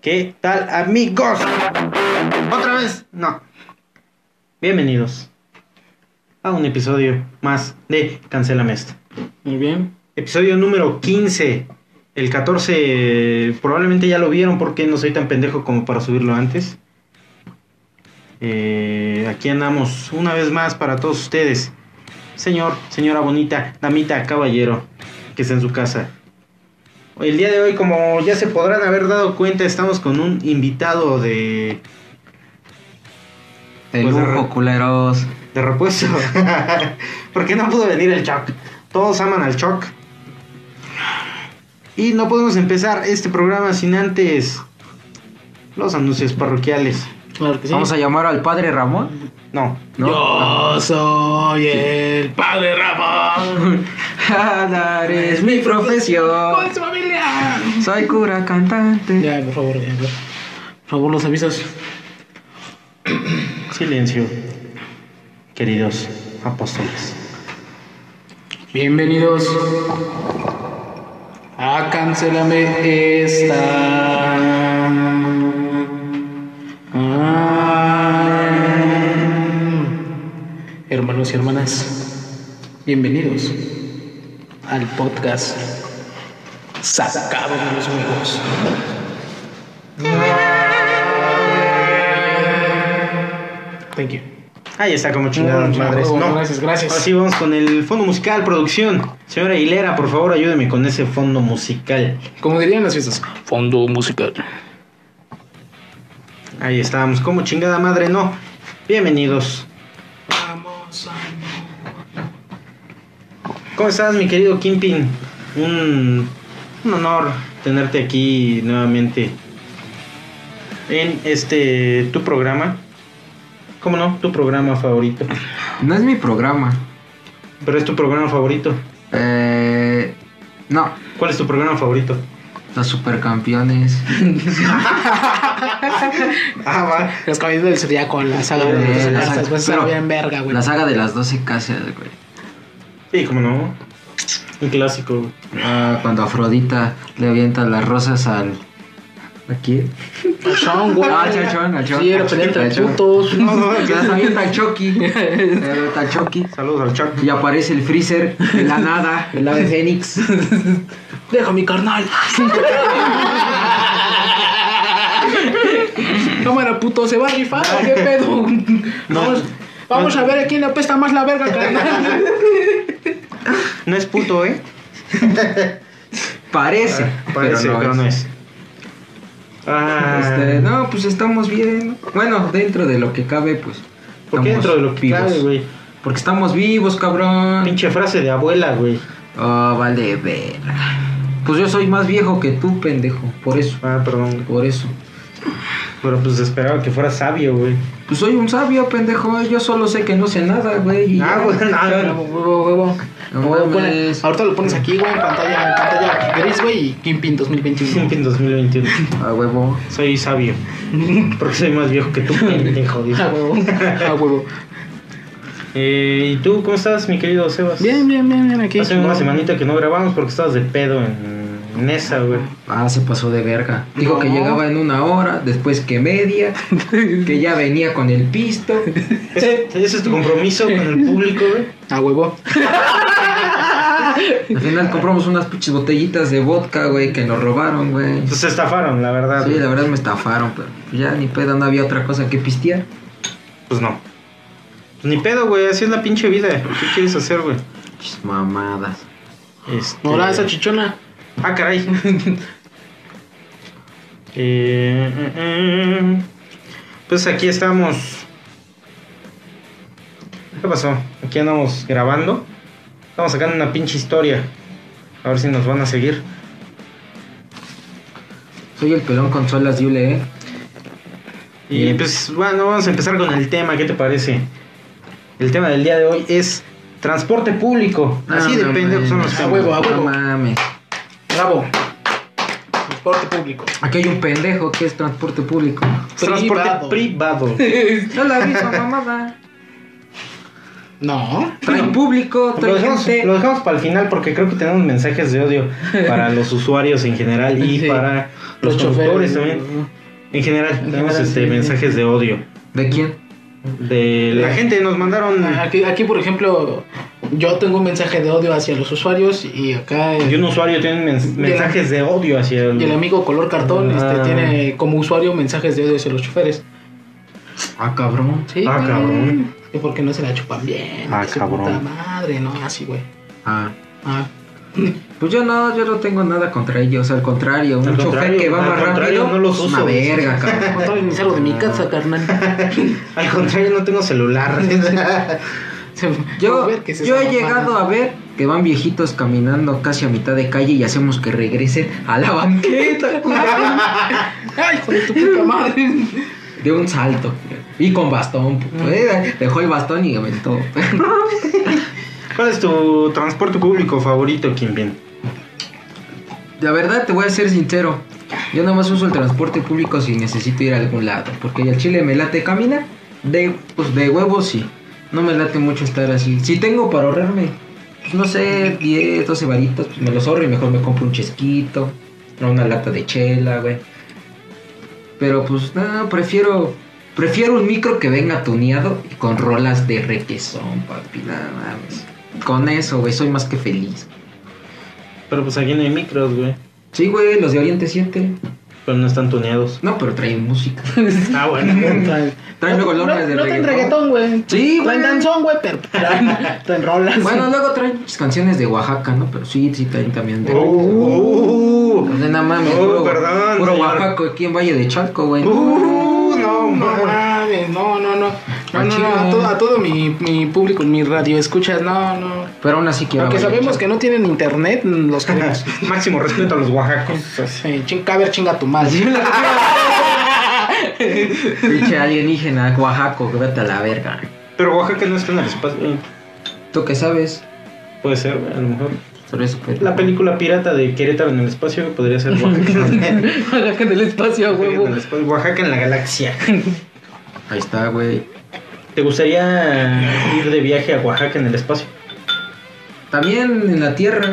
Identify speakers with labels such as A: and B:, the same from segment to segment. A: ¿Qué tal, amigos? Otra vez, no. Bienvenidos a un episodio más de Cancélame esto.
B: Muy bien.
A: Episodio número 15. El 14 eh, probablemente ya lo vieron porque no soy tan pendejo como para subirlo antes. Eh, aquí andamos una vez más para todos ustedes. Señor, señora bonita, damita, caballero, que está en su casa. El día de hoy, como ya se podrán haber dado cuenta, estamos con un invitado de,
C: De
A: Pues,
C: lujo,
A: re-
C: culeros.
A: de repuesto. Porque no pudo venir el Choc. Todos aman al Choc. Y no podemos empezar este programa sin antes los anuncios parroquiales.
B: Claro que sí.
C: Vamos a llamar al padre Ramón.
A: No,
C: ¿no?
B: Yo soy el padre Ramón.
C: Hablar es mi profesión.
B: ¡Con su familia!
C: Soy cura cantante.
B: Ya, por favor, ya, ya. Por favor, los avisos.
A: silencio, queridos apóstoles.
B: Bienvenidos a Cancelame esta. Ay. Hermanos y hermanas, bienvenidos al podcast Sacado de los Juegos. Thank you.
A: Ahí está como chingadas
B: No,
A: madres.
B: no,
A: No.
B: gracias, gracias.
A: Ahora sí vamos con el fondo musical, producción. Señora Hilera, por favor, ayúdeme con ese fondo musical.
B: Como dirían las fiestas, fondo musical.
A: Ahí estábamos, como chingada madre, no. Bienvenidos.
B: Vamos
A: ¿Cómo estás, mi querido Kimpin? Un, un honor tenerte aquí nuevamente en este tu programa. ¿Cómo no? Tu programa favorito.
C: No es mi programa.
A: Pero es tu programa favorito.
C: Eh, no,
A: ¿Cuál es tu programa favorito?
C: los supercampeones.
A: Ah, va.
B: Los caballeros del Zodiaco, la saga
A: Eh,
B: de los
C: la
B: Zodiacos,
C: saga,
B: pues
C: pero-
B: estaba bien verga, güey.
C: La saga de las 12 casas, güey.
A: Sí, cómo no. Un clásico.
C: Ah, cuando Afrodita le avienta las rosas al. ¿A quién?
B: Pachón, Pues, güey.
C: Ah, al chachón, al chachón.
B: Sí, era pelea entre
C: Al chachón.
B: putos.
A: No, no,
C: Se las avienta al Chucky. Se las avienta al Chucky.
A: Saludos al Chuck.
C: Y aparece el Freezer de la nada, el ave Fénix.
B: Deja mi carnal. Cámara, puto, se va a rifar, ¿o qué pedo. Vamos, vamos a ver a quién le apesta más la verga, carnal.
A: No es puto, ¿eh?
C: Parece.
A: Ah, Parece, pero no, es. Ah,
C: Este, no, pues estamos bien. Bueno, dentro de lo que cabe, pues.
A: ¿Por qué
C: estamos
A: dentro de lo que
C: vivos.
A: cabe, güey?
C: Porque estamos vivos, cabrón.
A: Pinche frase de abuela, güey.
C: Oh, vale, verga. Pues yo soy más viejo que tú, pendejo. Por eso,
A: Ah, perdón.
C: por eso.
A: Pero pues esperaba que fuera sabio, güey.
C: Pues soy un sabio, pendejo. Yo solo sé que no sé nada, güey. y
A: Ah,
C: ya.
A: güey, ah,
C: Claro.
A: no.
B: Huevo, huevo.
C: No
B: Huevo, pone-
C: mames.
B: ahorita lo pones aquí, güey, en pantalla, en pantalla gris, güey, y Kimpin 2021.
A: Siempre en 2021.
C: Ah, huevo.
A: Soy sabio. Porque soy más viejo que tú, pendejo. dice.
B: A huevo, a huevo.
A: Eh, ¿Y tú cómo estás, mi querido Sebas?
B: Bien, bien, bien, bien, aquí.
A: Hace una semanita que no grabamos porque estabas de pedo en, en esa, güey.
C: Ah, se pasó de verga. Dijo que
B: No.
C: llegaba en una hora, después que media, que ya venía con el pisto.
A: Ese, ese es tu compromiso con el público, güey.
B: A huevo.
C: Al final compramos unas pinches botellitas de vodka, güey, que nos robaron, güey.
A: Pues se estafaron, la verdad.
C: Sí,
A: güey.
C: la verdad me estafaron, pero pues ya ni pedo, no había otra cosa que pistear.
A: Pues no. Pues Ni pedo, güey. Así es la pinche vida. ¿Qué quieres hacer, güey?
C: Chis mamadas.
A: Este...
B: Hola, esa chichona.
A: Ah, caray. Eh, mm, mm. pues aquí estamos. ¿Qué pasó? Aquí andamos grabando. Estamos sacando una pinche historia. A ver si nos van a seguir.
C: Soy el pelón con solas de Ule, ¿eh?
A: Y
C: Bien.
A: pues bueno, vamos a empezar con el tema. ¿Qué te parece? El tema del día de hoy es transporte público. Así
C: No
A: depende
C: mames.
A: son los
B: A
A: temas.
B: huevo, a
C: No
B: huevo.
C: mames.
B: Bravo. Transporte público.
C: Aquí hay un pendejo que es transporte público.
A: Transporte privado.
C: No la misma mamada.
B: No.
C: Trae
A: No.
C: público,
A: Lo
C: trae
A: dejamos,
C: gente.
A: lo dejamos para el final porque creo que tenemos mensajes de odio para los usuarios en general y
B: Sí.
A: para los,
B: choferes
A: conductores también. En general, tenemos
B: general,
A: este,
B: sí, sí.
A: mensajes de odio.
C: ¿De quién?
A: De la gente nos mandaron.
B: Aquí, aquí, por ejemplo, yo tengo un mensaje de odio hacia los usuarios y acá
A: Y un
B: el,
A: usuario tiene mens-
B: la-
A: mensajes de odio hacia el.
B: y el amigo color cartón
A: Ah.
B: este, tiene como usuario mensajes de odio hacia los choferes.
C: Ah, cabrón.
B: Sí,
A: Ah,
B: güey.
A: cabrón.
B: Que porque no se la chupan bien.
A: Ah,
B: que su
A: cabrón.
B: puta madre, no, así, güey.
C: Ah.
B: Ah,
C: Pues yo no, yo no tengo nada contra ellos, al contrario, un
A: Al
C: chofer
A: contrario,
C: que va
A: al
C: más
A: contrario,
C: rápido,
A: no los
C: es una
A: uso.
C: verga, cabrón.
B: no ni salgo de mi casa, carnal.
A: Al contrario, no tengo celular.
B: Se-
C: Yo,
B: ver que se
C: yo he
B: zafapan.
C: llegado a ver que van viejitos caminando casi a mitad de calle y hacemos que regresen a la banqueta culero,
B: ¡Ay, hijo de tu puta madre!
C: de un salto y con bastón. puto, eh, Dejó el bastón y aventó.
A: ¿Cuál es tu transporte público favorito, Kimbin?
C: La verdad, te voy a ser sincero. Yo nomás uso el transporte público si necesito ir a algún lado. Porque el chile me late camina. De, pues de huevos sí. No me late mucho estar así. Si tengo para ahorrarme, pues no sé, 10, 12 varitos, pues me los ahorro y mejor me compro un chesquito. o Una lata de chela, güey. Pero pues no, prefiero. Prefiero un micro que venga tuneado y con rolas de requesón, papi. Nada más. Con eso, güey, soy más que feliz.
A: Pero pues aquí no hay micros, güey.
C: Sí, güey, los de Oriente 7.
A: Pero no están tuneados.
C: No, pero traen música.
A: Ah, bueno.
C: Traen luego
B: no,
C: rolas de
B: no traen reggaetón,
C: reggaetón.
B: güey.
C: Sí, güey.
B: Traen danzón, güey, pero traen, traen rolas.
C: Bueno, luego traen pues, canciones de Oaxaca, ¿no? Pero sí, sí traen también de.
A: Uh,
C: Pues, nada mames,
A: Oh,
C: puro,
A: perdón,
C: puro
A: señor.
C: Oaxaco aquí en Valle de Chalco, güey.
A: uh, no,
B: No
A: mames.
B: mames, no, no, no. No,
C: Al
B: no,
C: chile,
B: no, a
C: no.
B: todo, a todo mi, mi público, mi radio, escuchas, no, no.
C: Pero aún así quiero.
B: Aunque
C: Valle de
B: sabemos que
C: Chalco.
B: no tienen internet, los queremos.
A: Máximo respeto a los oaxacos. pues,
B: Sí, chin- a ver, chinga tu madre.
C: Pinche alienígena, Oaxaco, que vete a la verga.
A: Pero Oaxaca no está en el espacio. eh,
C: ¿Tú qué sabes?
A: Puede ser, güey, a lo mejor.
C: Sobre eso, pero-
A: La película pirata de Querétaro en el espacio podría ser Oaxaca.
B: Oaxaca en el espacio,
A: Oaxaca en el espacio, Oaxaca en la galaxia.
C: Ahí está, güey.
A: ¿Te gustaría ir de viaje a Oaxaca en el espacio?
C: También en la tierra,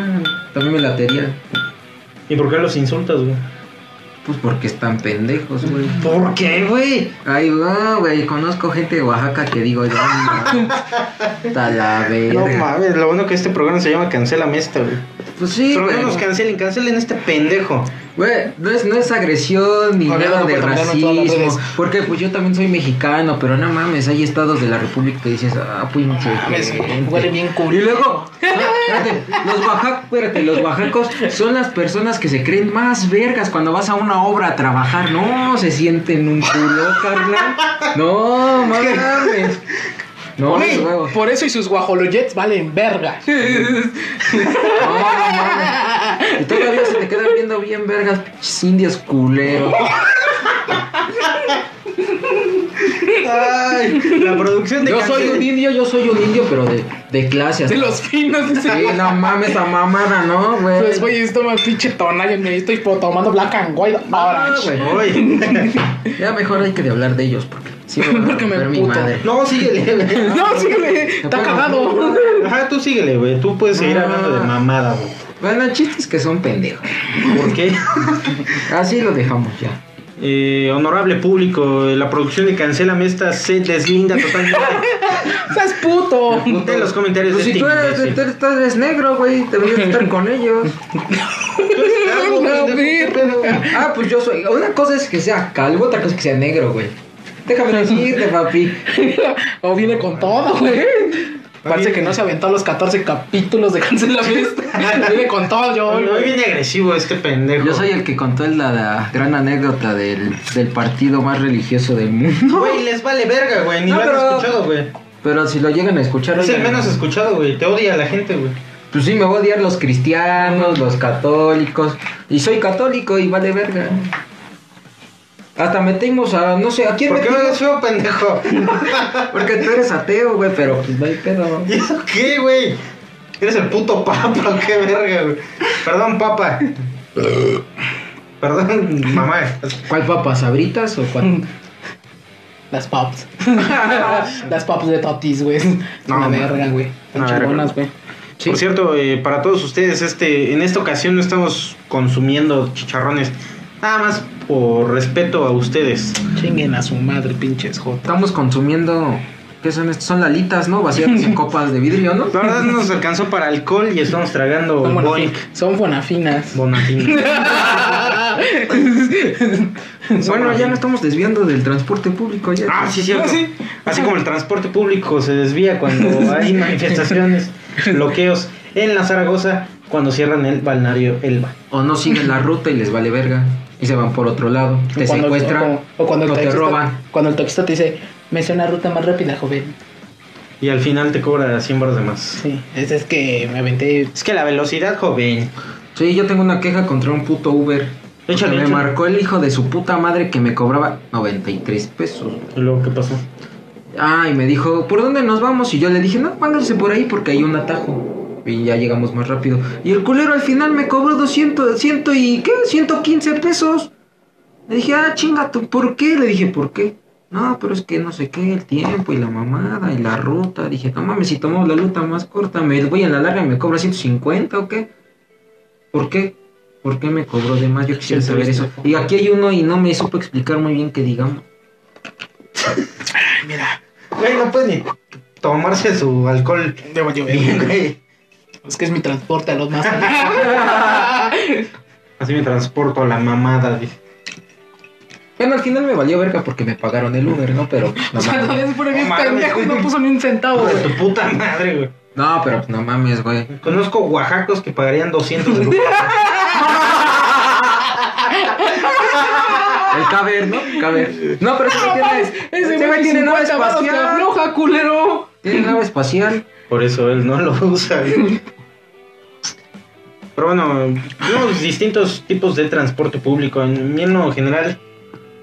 C: también me latería.
A: ¿Y por qué los insultas, güey?
C: Pues porque están pendejos, güey.
A: ¿Por qué, Eh, güey?
C: Ay, no, güey, conozco gente de Oaxaca que digo, ya, no, está la verga.
A: No mames, lo bueno que este programa se llama Cancélame esta, güey.
C: Pues sí,
A: Pero
C: güey.
A: no nos cancelen, cancelen este pendejo.
C: Güey, no es, no es agresión ni
B: Ojalá
C: nada
B: no
C: de
B: puedan mandarme todas las
C: racismo.
B: redes.
C: Porque pues yo también soy mexicano, pero no mames, hay estados de la república que dices, ah, pinche.
B: Mames,
C: gente.
B: Huele bien
C: Y
B: culero.
C: luego, no, espérate, los oaxacos, espérate, los oaxacos son las personas que se creen más vergas cuando vas a una obra a trabajar. No, se sienten un culo, carnal. No, mames. No,
B: Güey,
C: huevos.
B: por eso y sus guajolojets valen verga.
C: No, no mames. Y todavía se te quedan viendo bien vergas, pinches indios culeros.
A: Ay, la producción de
C: Yo soy
A: cancelen-
C: un indio, yo soy un indio, pero de, de clase. hasta-
B: De los finos, dice.
C: Sí, no mames, esa mamada, ¿no, güey?
B: Pues, güey, esto más pinche tonalla, me estoy po- tomando black and white.
C: Ah,
B: orange.
C: güey.
A: Ay.
C: Ya mejor hay que de hablar de ellos, porque sí me va a
B: Porque me
C: romper mi
B: emputo.
C: madre.
A: No, síguele, güey.
B: No, sí, güey, está
C: Bueno.
B: cagado.
A: Ajá, tú síguele, güey. Tú puedes seguir
C: Ah.
A: hablando de mamada, güey.
C: Bueno, el chiste es que son pendejos.
A: ¿Por qué?
C: Así lo dejamos ya.
A: Eh, honorable público, eh, la producción de Cancélame esta se deslinda totalmente.
B: Estás puto.
A: Apunta en los comentarios
C: Pues
A: de
C: si
A: este
C: tú eres,
A: imbécil.
C: tú eres- tú eres negro, güey, deberías estar con ellos.
A: Algo,
B: No,
A: pendejo, ¿qué pedo?
C: Ah, pues yo soy. Una cosa es que sea calvo, otra cosa es que sea negro, güey. Déjame decirte, papi.
B: O viene con todo, güey. Parece que no se aventó los 14 capítulos de Cancel la Fiesta. Viene con todo, yo.
A: Hoy
B: hoy,
A: hoy
B: güey.
A: viene agresivo este pendejo.
C: Yo soy el que contó la, la gran anécdota del, del partido más religioso del mundo.
A: Güey, les vale verga, güey. Ni
C: No,
A: lo han
C: pero-
A: escuchado, güey.
C: Pero si lo llegan a escuchar,
A: Es el
C: oigan,
A: menos escuchado, güey. Te odia la gente, güey.
C: pues sí, me voy a odiar los cristianos, los católicos. Y soy católico y vale verga. Hasta metimos a, no sé, ¿a quién
A: ¿Por qué me
C: metimos?
A: feo, pendejo?
C: Porque tú eres ateo, güey, pero pues no hay pedo.
A: ¿Y eso qué, güey? Eres el puto papa, o qué verga, güey. Perdón, papa. Perdón, mamá.
C: ¿Cuál papas? ¿Sabritas o cuál?
B: Las Pops. las Pops de Totis, güey. No,
A: No,
B: una
A: man.
B: verga, güey. Son
A: Una verga.
B: chingonas, güey. Sí.
A: Por cierto, eh, para todos ustedes, este, en esta ocasión no estamos consumiendo chicharrones. Nada más por respeto a ustedes.
B: Chinguen a su madre, pinches J.
C: Estamos consumiendo. ¿Qué son estas? Son lalitas, ¿no? Vaciadas en copas de vidrio, ¿no?
A: La verdad no nos alcanzó para alcohol y estamos tragando
B: Son,
A: Boing.
B: bonafi- son bonafinas.
A: Bonafín.
C: Bueno, ya no estamos desviando del transporte público. Ya.
A: Ah, sí, cierto.
B: Ah, sí.
A: Así como el transporte público se desvía cuando hay manifestaciones, bloqueos en la Zaragoza, cuando cierran el balneario Elba.
C: O no siguen la ruta y les vale verga. Y se van por otro lado. Te
B: O cuando-
C: secuestran.
B: O, o cuando el
C: o te
B: taxista,
C: roban.
B: Cuando el taxista te dice, me hice una ruta más rápida, joven.
A: Y al final te cobra 100 baros de más.
B: Sí, es, es que me aventé.
A: Es que la velocidad, joven.
C: Sí, yo tengo una queja contra un puto Uber. Porque
A: Échale,
C: me
A: échale.
C: marcó el hijo de su puta madre que me cobraba 93 pesos.
A: ¿Y luego qué pasó?
C: Ah, y me dijo, ¿por dónde nos vamos? Y yo le dije, no, vánganse por ahí porque hay un atajo. Y ya llegamos más rápido. Y el culero al final me cobró 200, 100 y ¿qué? 115 pesos. Le dije, ah, chinga, ¿tú ¿por qué? Le dije, ¿por qué? No, pero es que no sé qué, el tiempo y la mamada y la ruta. Dije, no mames, si tomamos la ruta más corta, me voy a la larga y me cobra 150 o qué. ¿Por qué? ¿Por qué me cobró de más? Yo quisiera saber eso. Y aquí hay uno y no me supo explicar muy bien que digamos.
A: Güey, no puede ni tomarse su alcohol
B: Debo yo,
A: bien, güey.
B: Es que es mi transporte a los más.
A: Así me transporto a la mamada, dice.
C: Bueno, al final me valió verga porque me pagaron el Uber, ¿no? Pero no
B: o sea,
C: mames.
B: todavía se pone bien
A: No mames,
B: pendejo,
A: güey.
B: no puso ni un centavo,
A: Hijo
B: güey.
A: de tu puta madre, güey.
C: No, pero no mames, güey.
A: Conozco oaxacos que pagarían 200 de lujo.
C: El caber, ¿no? Caber. No, pero ese
B: No
C: güey
B: mames,
C: tiene,
B: Ese
C: ese güey tiene nave
B: varos que
C: espacial.
B: afloja, culero.
C: Tiene nave espacial.
A: Por eso él no lo usa. güey. Pero bueno, tenemos distintos tipos de transporte público. En mí en lo general,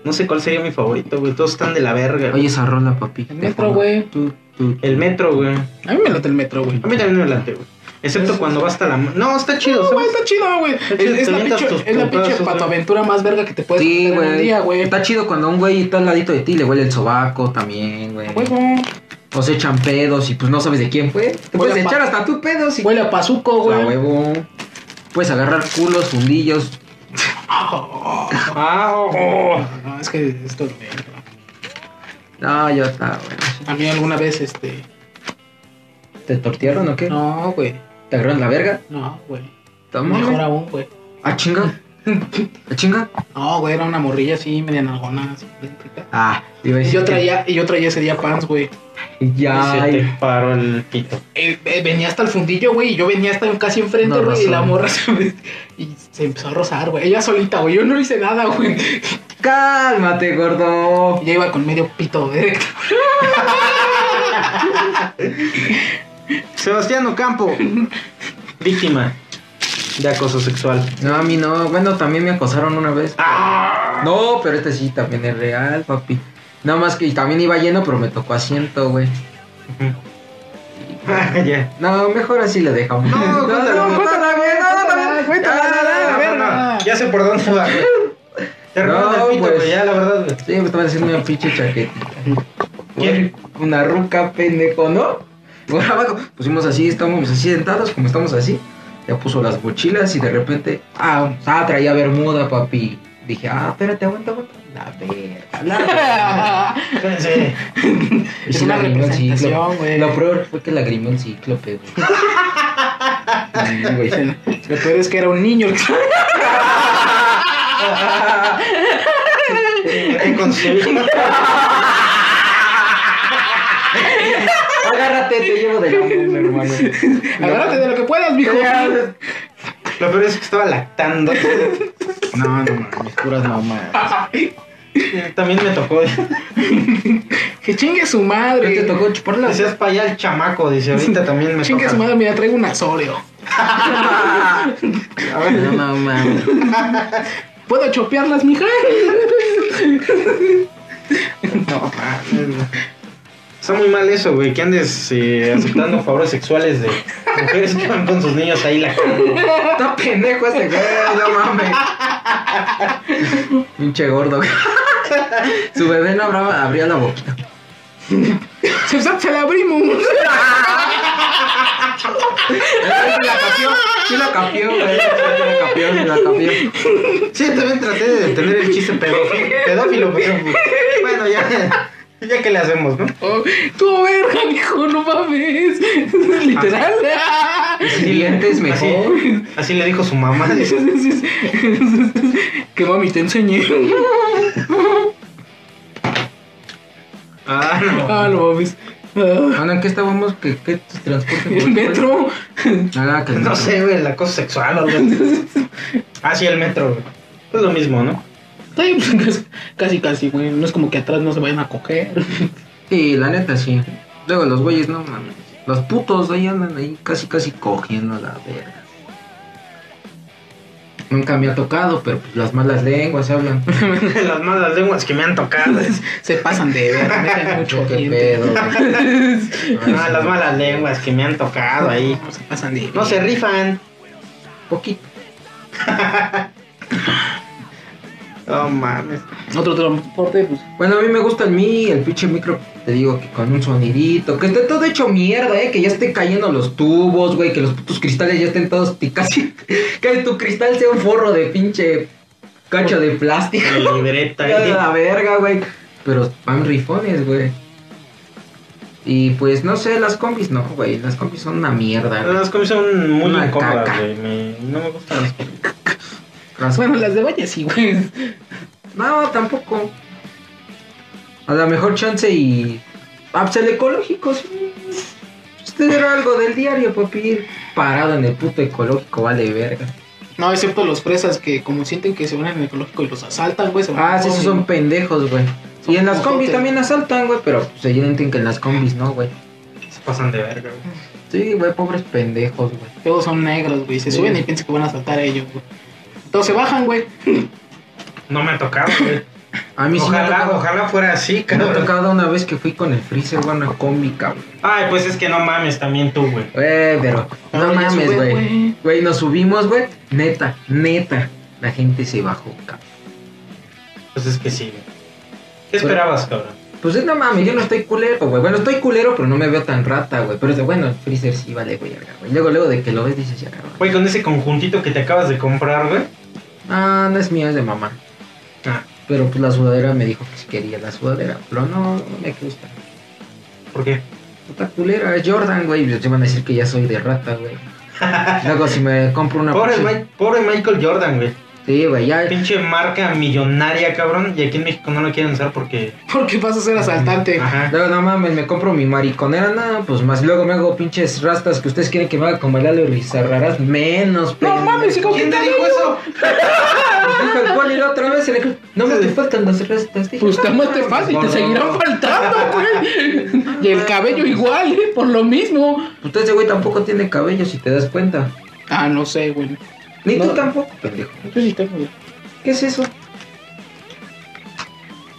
A: no sé cuál sería mi favorito, güey. Todos están de la verga. güey.
C: Oye, esa rola, papi.
B: El metro, güey.
C: Tú, tú.
A: El metro, güey. A
B: A mí me late el metro, güey.
A: mí también me late, güey. Excepto cuando va hasta la... ma- No, está chido,
B: No, güey,
A: ¿sabes?
B: está chido, güey. Es,
A: chido,
B: es
A: te
B: la
A: avientas
B: pinche,
A: tus
B: es la pinche
A: putazos, güey.
B: patoaventura más verga que te puedes
C: Sí,
B: meter en un
C: güey.
B: día, güey.
C: Está chido cuando un güey está al ladito de ti y le huele el sobaco también, güey.
B: Huevo.
C: O se echan pedos y pues no sabes de quién fue. Te
B: Huele
C: puedes
B: a pa-
C: echar hasta tu pedos y...
B: Huele a pazuco,
C: A
B: güey.
C: huevo. Puedes agarrar culos, fundillos.
A: Ah, oh, oh.
B: No, es que esto me-
C: No, ya está, güey.
B: A mí alguna vez, este.
C: ¿Te tortearon o qué?
B: No, güey.
C: ¿Te agarraron la verga?
B: No, güey.
C: Toma.
B: Mejor aún, güey.
C: ¿A chinga? ¿A chinga?
B: No, güey, era una morrilla así, media nalgona. Así, eléctrica.
C: Ah, iba a
B: y
C: decir
B: yo
C: que-
B: traía, y yo traía ese día pants, güey.
A: Se
C: Ya,
A: te paró el pito.
B: Eh, eh, venía hasta el fundillo, güey, y yo venía hasta casi enfrente,
C: No,
B: güey, y
C: razón.
B: la morra se, me- y se empezó a rozar, güey. Ella solita, güey, yo no le hice nada, güey.
C: cálmate, gordo.
B: Ella iba con medio pito, güey.
A: Sebastián Ocampo. Víctima de acoso sexual.
C: No, a mí no. Bueno, también me acosaron una vez.
A: Ah.
C: No, pero este sí también es real, papi. Nada más que y también iba lleno, pero me tocó asiento, güey.
A: Ah, ya.
C: No, mejor así le dejamos.
A: No, cuéntalo,
C: no,
B: cuéntalo,
C: güey, no, no,
B: cuéntalo,
C: no.
B: cuéntalo,
A: Ah,
B: no,
C: Ya,
B: no, no,
C: ya, ya.
B: no, verga.
A: Ya sé por dónde va, güey. Te robaron
C: No,
A: el pito,
C: pues.
A: güey, ya, la verdad, güey.
C: Sí, me estaba haciendo una pinche chaquetita.
A: ¿Quién?
C: Una ruca, pendejo, ¿no? Por abajo, pusimos así, estábamos así sentados, como estamos así. Ya puso las mochilas y de repente, ah, ah traía bermuda, papi. Dije, ah, espérate, aguanta, aguanta. La verga, la verga.
A: Espérense.
C: Y
B: Es
C: sí
B: una
C: lagrimó el
B: representación,
C: cíclope.
B: güey.
C: Lo peor fue que lagrimó el cíclope, güey. Sí, güey.
B: Lo peor es que era un niño. el que-
A: Te conseguí.
C: Agárrate, te llevo de la mano, hermano.
B: Agárrate de lo que puedas, mijo.
A: Lo peor es que estaba lactando.
C: No, no, mames, puras mamadas.
A: También me tocó.
B: Que chingue su
C: ¿Pero te
B: madre.
C: tocó chuparla?
A: Decías para allá el chamaco, dice. Ahorita también me
B: Chingue
A: toca.
B: su madre, mira, traigo un asoreo.
A: A ver.
C: No, no, mames.
B: ¿Puedo chopearlas, mija?
A: No, mames, güey. Está muy mal eso, güey. Que andes eh, aceptando favores sexuales de mujeres que van con sus niños ahí lactando.
C: Está pendejo este güey, no mames. Pinche gordo. güey. Su bebé no abra- abría la boquita.
B: Se, se la abrimos.
C: Entonces, sí la capió, sí la capió, güey. Sí la capió, sí la capió.
A: Sí, también traté de detener el chiste pedófilo, pedófilo pero pues, bueno, ya, ya que le hacemos, ¿no?
B: Oh, tú, verga, hijo, no mames. Literal.
C: Siguiente es
A: Así,
C: mejor.
A: así le dijo su mamá. dice,
B: que mami te enseñé.
A: Ah, no.
B: Ah, no mames. Ah,
C: Bueno, ¿en qué estábamos? ¿Qué, qué transporte?
B: el metro.
C: Nada, que
A: No sé, güey, el acoso sexual o algo así. Ah, sí, el metro, güey. Es lo mismo, ¿no?
B: Ay, pues, casi- Casi, casi, güey. No es como que atrás no se vayan a coger.
C: Sí, la neta sí. Luego los güeyes, no mames. Los putos ahí andan ahí casi casi cogiendo la verga. Nunca me ha tocado, pero pues, las malas lenguas hablan.
A: Las malas lenguas que me han tocado.
B: Se pasan de verga. meten mucho
C: Qué
B: gente.
C: pedo.
A: Ah, las malas lenguas que me han tocado ahí.
B: No, pues, se pasan de
A: No se rifan.
C: Poquito.
A: No mames.
B: Otro transporte, pues.
C: Bueno, a mí me gusta el mi, el pinche micro, te digo que con un sonidito, que esté todo hecho mierda, eh, que ya estén cayendo los tubos, güey, que los putos cristales ya estén todos ti- casi, que tu cristal sea un forro de pinche cacho de plástico.
A: De libreta.
C: Ya de
A: eh.
C: la verga, güey. Pero van rifones, güey. Y pues no sé, las combis no, güey. Las combis son una mierda. güey.
A: Las comis son muy
C: Una
A: incómodas,
C: caca.
A: güey. me- No me gustan las comis.
C: Las-
B: Bueno, las de Valle sí, güey.
C: No, tampoco. A la mejor chance y. Ah, pues el ecológico, sí. Usted era algo del diario, papi. Ir parado en el puto ecológico, vale verga.
B: No, excepto los presas que como sienten que se van en el ecológico y los asaltan, güey. se van
C: Ah, sí,
B: con-
C: esos son pendejos, güey.
B: Son
C: Y en las
B: putos
C: combis
B: hoteles.
C: también asaltan, güey, pero pues entienden que en las combis no, güey.
A: Se pasan de verga, güey.
C: Sí, güey, pobres pendejos, güey.
B: Todos son negros, güey. Se
C: Sí.
B: suben y piensan que van a asaltar a ellos, güey. Entonces se bajan, güey.
A: No me ha tocado, güey.
C: A mí sí me ha
A: ojalá,
C: tocado-
A: ojalá fuera así,
C: Me ha
A: cabrón.
C: tocado una vez que fui con el freezer, güey, una combi, cabrón.
A: Ay, pues es que no mames también tú, güey.
C: Güey, pero
B: Ah,
C: no
B: ya
C: mames,
B: sube,
C: güey.
B: güey.
C: Güey, nos subimos, güey. Neta, neta. La gente se bajó, cabrón.
A: Pues es que sí, güey. ¿Qué esperabas, cabrón?
C: Pues es no mames, yo no estoy culero, güey. Bueno, estoy culero, pero no me veo tan rata, güey. Pero bueno, el freezer sí vale, güey, verga, güey. Luego, luego de que lo ves, dices, ya, güey.
A: Güey, con ese conjuntito que te acabas de comprar, güey.
C: Ah, no es mío, es de mamá.
A: Ah,
C: Pero pues la sudadera me dijo que si quería la sudadera. Pero no, no me gusta.
A: ¿por qué?
C: Puta culera, es Jordan, güey. Pues, Te van a decir que ya soy de rata, güey. Luego, si me compro una.
A: Pobre,
C: pinche-
A: Mi- pobre Michael Jordan, güey.
C: Sí, güey, ya.
A: Pinche marca millonaria, cabrón. Y aquí en México no la quieren usar porque.
B: Porque vas a ser asaltante.
A: Ajá.
C: Luego, no mames, me compro mi mariconera, no, pues más. Luego me hago pinches rastas que ustedes quieren que me haga como el Lalo Rizarrarás, menos,
B: No mames, hijo,
A: ¿Quién te dijo eso?
C: Dijo el cual y la otra vez, se le- no me te faltan las rastas. Dije,
B: Pues te
C: "No,
B: amaste fácil, te
C: gordo".
B: seguirán faltando, güey. Y el cabello igual, ¿eh? Por lo mismo.
C: Pues ese güey tampoco tiene cabello, si te das cuenta.
B: Ah, no sé, güey.
C: Ni tú
B: No.
C: tampoco, pendejo.
B: Yo sí tengo, güey.
C: ¿Qué es eso?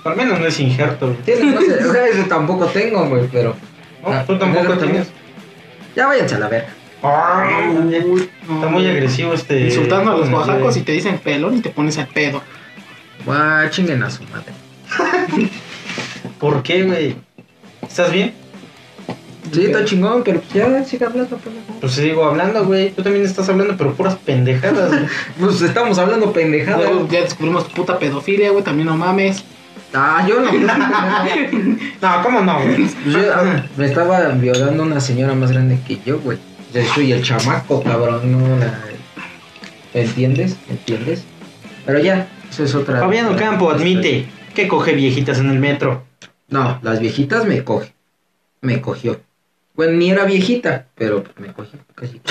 A: Al menos no es injerto, güey.
C: Tiene, no sé, o sea, ese tampoco tengo, güey, pero.
A: No,
C: Ah,
A: tú tampoco
C: ¿también?
A: tienes.
C: Ya váyanse a la verga.
A: Ah, ya.
B: Uy, no,
A: Está muy
B: güey.
A: agresivo este.
B: Insultando a los
A: Bueno,
B: oaxacos y
A: güey.
B: te dicen pelón y te pones al pedo.
C: Guau, chinguen a su madre.
A: ¿Por qué, güey? ¿Estás bien?
C: Sí, está chingón, pero pues ya sigue hablando, pendejo.
A: Pues sigo hablando, güey. Tú también estás hablando, pero puras pendejadas, güey.
C: Pues estamos hablando pendejadas.
B: Luego ya descubrimos tu puta pedofilia, güey. También no mames.
C: Ah, yo no.
A: No, ¿cómo no, güey?
C: Yo- ah, me estaba violando una señora más grande que yo, güey. Yo soy el chamaco, cabrón. No la... ¿Entiendes? ¿Entiendes? Pero ya, eso es otra.
A: Fabián Campo admite que coge viejitas en el metro.
C: No, las viejitas me coge. Me cogió. Bueno, ni era viejita, pero me cogió. Casi.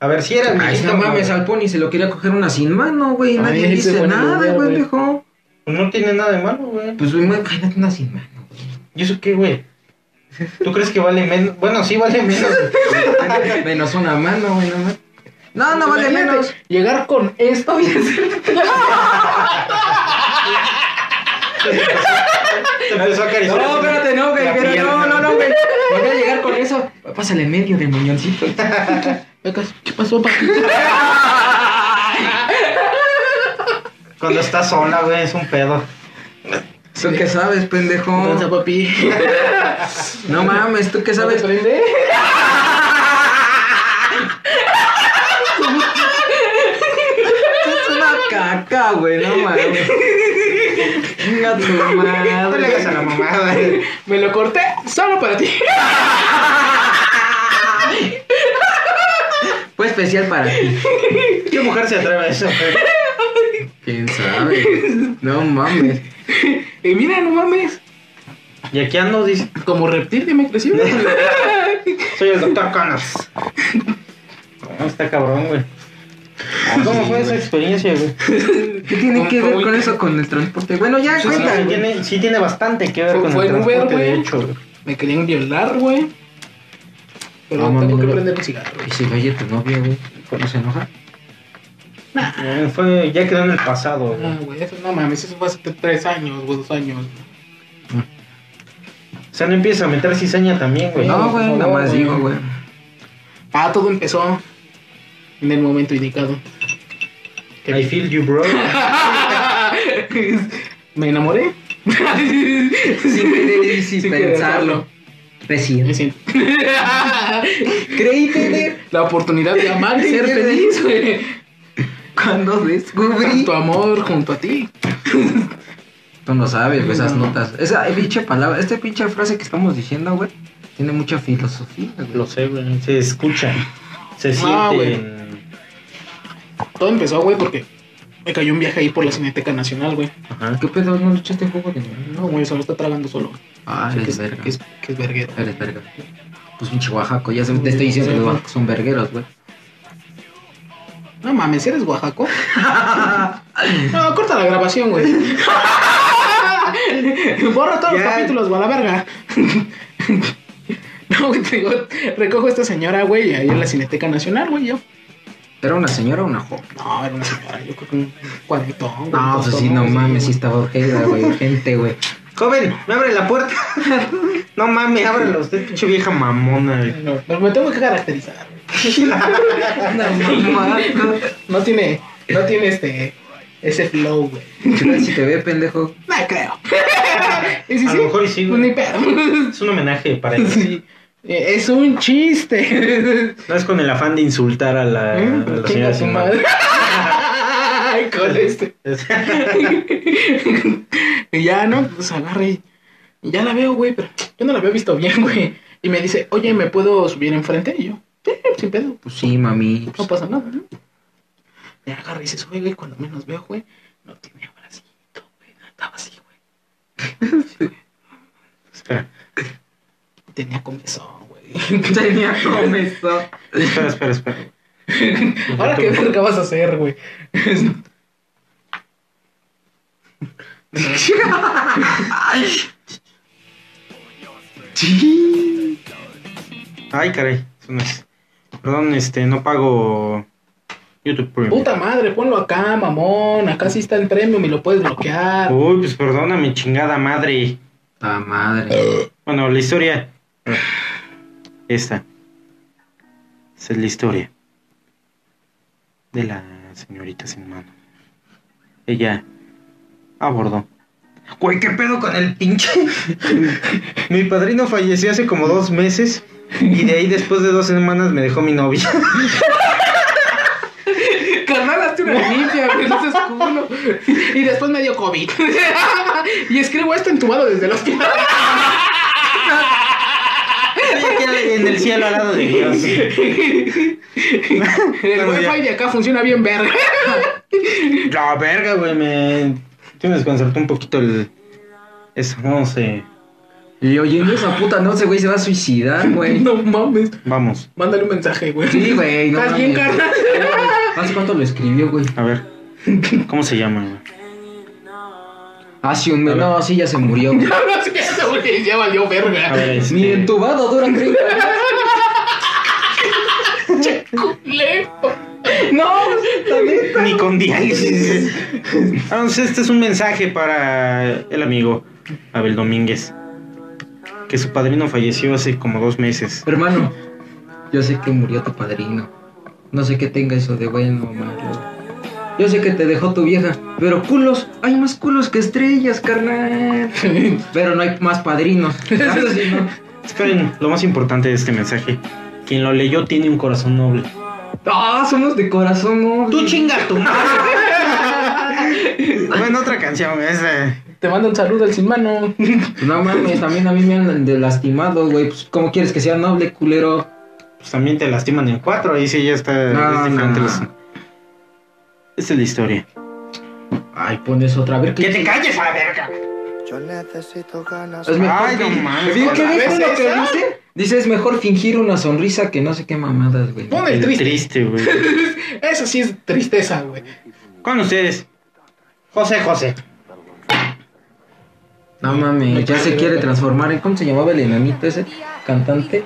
A: A ver, si era
C: Ay,
A: viejita.
C: no mames, al pony se lo quería coger una sin mano, güey. Nadie
B: Ay, ese
C: dice
B: buen
C: nada,
B: lugar,
C: güey,
B: güey.
C: viejo.
A: Pues no tiene nada de malo, güey.
C: Pues, güey, imagínate una sin mano.
A: ¿Y eso qué, güey? ¿Tú crees que vale menos? Bueno, sí vale menos.
C: güey. menos una mano, güey, no mames. No, Ah, no vale
B: Imagínate
C: menos.
B: Llegar con esto y decir,
A: Te empezó a acariciar.
C: No, espérate, no, güey,
A: La
C: pero
A: pierna.
C: no, no, no, güey. Voy a llegar con eso. Pásale medio de muñoncito.
B: Becas, ¿qué pasó, papi?
A: Cuando estás sola, güey, es un pedo.
C: ¿Tú qué sabes, pendejo?
B: Danza, papi.
C: No mames, ¿tú qué
B: ¿No
C: sabes?
B: te prende?
C: Es una caca, güey, no mames. Venga tu
A: No le
C: madre.
A: hagas a la mamada.
B: Me lo corté solo para ti.
C: Fue especial para ti.
A: ¿Qué mujer se atreve a eso? güey?
C: ¿Quién sabe? No mames.
B: Y mira, no mames.
A: Y aquí ando, dice,
B: Como reptil que me creció.
A: soy el doctor Connors. No, está cabrón, güey. ¿Cómo fue esa experiencia, güey?
C: ¿Qué tiene que
B: Fue
C: ver
B: muy-
C: con eso, con el transporte? Bueno, ya
B: Sí,
A: Sí,
C: cuenta. güey.
A: tiene, sí tiene bastante que ver
B: Fue-
A: con
B: fue
A: el
B: en Uber,
A: transporte, de
B: güey.
A: hecho. güey.
B: Me querían violar, güey. Pero
C: No, Ah, mami,
B: tengo que
C: no.
B: prender el cigarro, güey.
C: Y si oye tu novia, güey, ¿cómo se enoja?
A: Eh, Fue, ya quedó en el pasado, güey.
B: No, Ah, güey, eso no mames, eso fue hace tres años, güey, dos años.
A: O sea, no empieza a meter cizaña también, güey.
C: No, güey, nada más
B: güey.
C: digo, güey.
B: Ah, todo empezó en el momento indicado.
A: I feel you, bro.
B: Me enamoré.
C: Sin querer y sin
B: querer
C: pensarlo.
B: hacerlo. Me
C: Recién.
B: siento.
C: Creí tener
B: La oportunidad de amar y ser feliz, güey.
C: cuando descubrí.
B: Tu amor junto a ti.
C: Tú no sabes, güey, esas
B: No.
C: notas. Esa pinche palabra, esta pinche frase que estamos diciendo, güey, tiene mucha filosofía, güey.
A: Lo sé, güey. Se escucha. Se
B: Ah,
A: siente.
B: güey.
A: en-
B: Todo empezó, güey, porque me cayó un viaje ahí por la Cineteca Nacional, güey.
A: Ajá.
C: ¿Qué pedo? ¿No le echaste jugo de nuevo?
B: No, güey, solo está tragando solo.
C: Ah,
B: que,
C: eres
B: es,
C: verga.
B: que, es, que es verguero.
C: Eres verga. Pues pinche Oaxaco, ya se, te estoy diciendo que los oaxacos son vergueros, güey.
B: No mames, ¿eres Oaxaco? No, corta la grabación, güey. Borra todos los
A: Ya.
B: capítulos, güey, a la verga. No, güey, te digo, recojo a esta señora, güey, ahí en la Cineteca Nacional, güey, yo.
C: ¿Era una señora o una joven?
B: No, era una señora, yo creo que un cuadritón, güey.
C: No,
B: un
C: pues
B: tonto,
C: sí, no
B: güey,
C: mames, sí estaba urgida, güey, urgente, güey.
A: Joven, me abre la puerta. no mames, ábrelo. Usted, pinche vieja mamona, güey.
B: No, no, me tengo que caracterizar, güey.
C: No mames.
B: No tiene, no tiene este, ese flow, güey.
C: ¿Qué tal si te ve, pendejo?
B: No creo. Y sí,
A: A
B: Pues
A: lo mejor y sí, güey.
B: Ni pedo.
A: Es un homenaje para él.
B: Sí. Eh, Es un chiste.
A: No es con el afán de insultar a Ah, la, a
B: ¿Eh?
A: la señora
B: Chinga tu
A: Simón.
B: madre. Ay, con este.
A: Es-
B: y ya, ¿no? Pues agarra y, y ya la veo, güey, pero yo no la había visto bien, güey. Y me dice, oye, ¿me puedo subir enfrente? Y yo, sí, sin pedo,
C: Pues sí, mami.
B: no pasa nada, ¿no? Y agarra y dice, oye, güey, cuando menos veo, güey, no tiene bracito, güey, no estaba así, güey.
A: espera,
B: Tenía comezón, güey.
C: Tenía comezón.
A: espera, espera, espera.
B: Ahora qué verga vas a hacer, güey.
C: Sí.
A: Ay, caray. eso no es. Perdón, este, no pago YouTube Premium.
B: Puta madre, ponlo acá, mamón. Acá sí está en premium y lo puedes bloquear.
A: Uy, pues perdóname, chingada madre.
C: La madre.
A: Bueno, la historia. Esta. Esa es la historia. De la señorita sin mano. Ella abordó. Güey, ¿qué pedo con el pinche? mi padrino falleció hace como dos meses. Y de ahí, después de dos semanas, me dejó mi novia.
B: Carnal, hazte una limpia, güey, no seas culo. Y después me dio COVID. Y escribo esto entubado desde el hospital.
A: Ella queda en el cielo al lado de Dios.
B: El wifi de acá funciona bien verga.
A: La verga, güey, me. sí me desconcertó un poquito el. Eso, no sé.
C: Y oyendo esa puta, no, ese güey se va a suicidar, güey.
B: No mames.
A: Vamos,
B: Mándale un mensaje, güey.
C: Sí, güey. No
B: ¿Estás bien,
C: mames.
B: carnal?
C: ¿Hace cuánto lo escribió, güey?
A: a ver. ¿Cómo se llama, güey?
C: Hace un mes. No, sí, ya se murió. güey.
B: No sé qué hace, güey. Ya valió
A: A
B: verga.
A: ver, este,
C: Ni entubado dura 30
B: Che, culero.
C: No,
A: ni con diálisis. Entonces, este es un mensaje para el amigo Abel Domínguez. Que su padrino falleció hace como dos meses.
C: Hermano, yo sé que murió tu padrino. No sé qué tenga eso de bueno o malo. Yo sé que te dejó tu vieja, pero culos, hay más culos que estrellas, carnal. Pero no hay más padrinos. ¿sabes? Sí, ¿no?
A: Esperen, lo más importante de este mensaje. Quien lo leyó tiene un corazón noble.
C: Ah, somos de corazón, ¿no?
A: ¡Tú chinga tu madre! bueno, otra canción, esa.
B: Te mando un saludo al sin mano.
C: Pues No mames, también a mí me han de lastimado, güey. Pues, ¿Cómo quieres que sea noble, culero?
A: Pues también te lastiman en cuatro, ahí sí ya está.
C: No,
A: es diferente
C: no.
A: los- Esa es la historia.
C: Ay, pones otra. A ver,
A: ¡Que
C: ¿qué
A: te calles a la verga!
D: Yo necesito ganas.
C: Es mejor
A: Ay, no
C: fin-
A: mames.
C: ¿Qué
A: ¿Otra
C: dice
A: vez
C: lo que
A: esa?
C: dice? Dice, es mejor fingir una sonrisa que no sé qué mamadas, güey.
B: Pon el triste.
A: Triste, güey.
B: Eso sí es tristeza, güey.
A: Con ustedes, José José.
C: No mames, ya se quiere transformar en... ¿Cómo se llamaba el enanito ese? Cantante.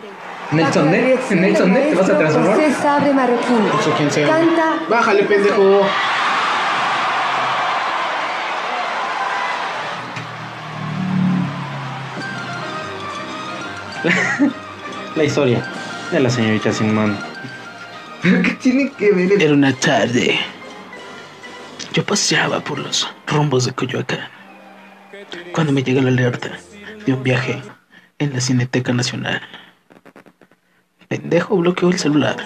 C: Nelson Net. Nelson Net, ¿te vas a transformar?
E: José Sabre Marroquín.
B: Eso quien sea.
E: Canta.
B: Bájale, pendejo.
A: La historia de la señorita sin mano.
C: ¿Pero qué tiene que ver el...
F: Era una tarde. Yo paseaba por los rumbos de Coyoacán cuando me llegó la alerta de un viaje en la Cineteca Nacional. Pendejo bloqueó el celular.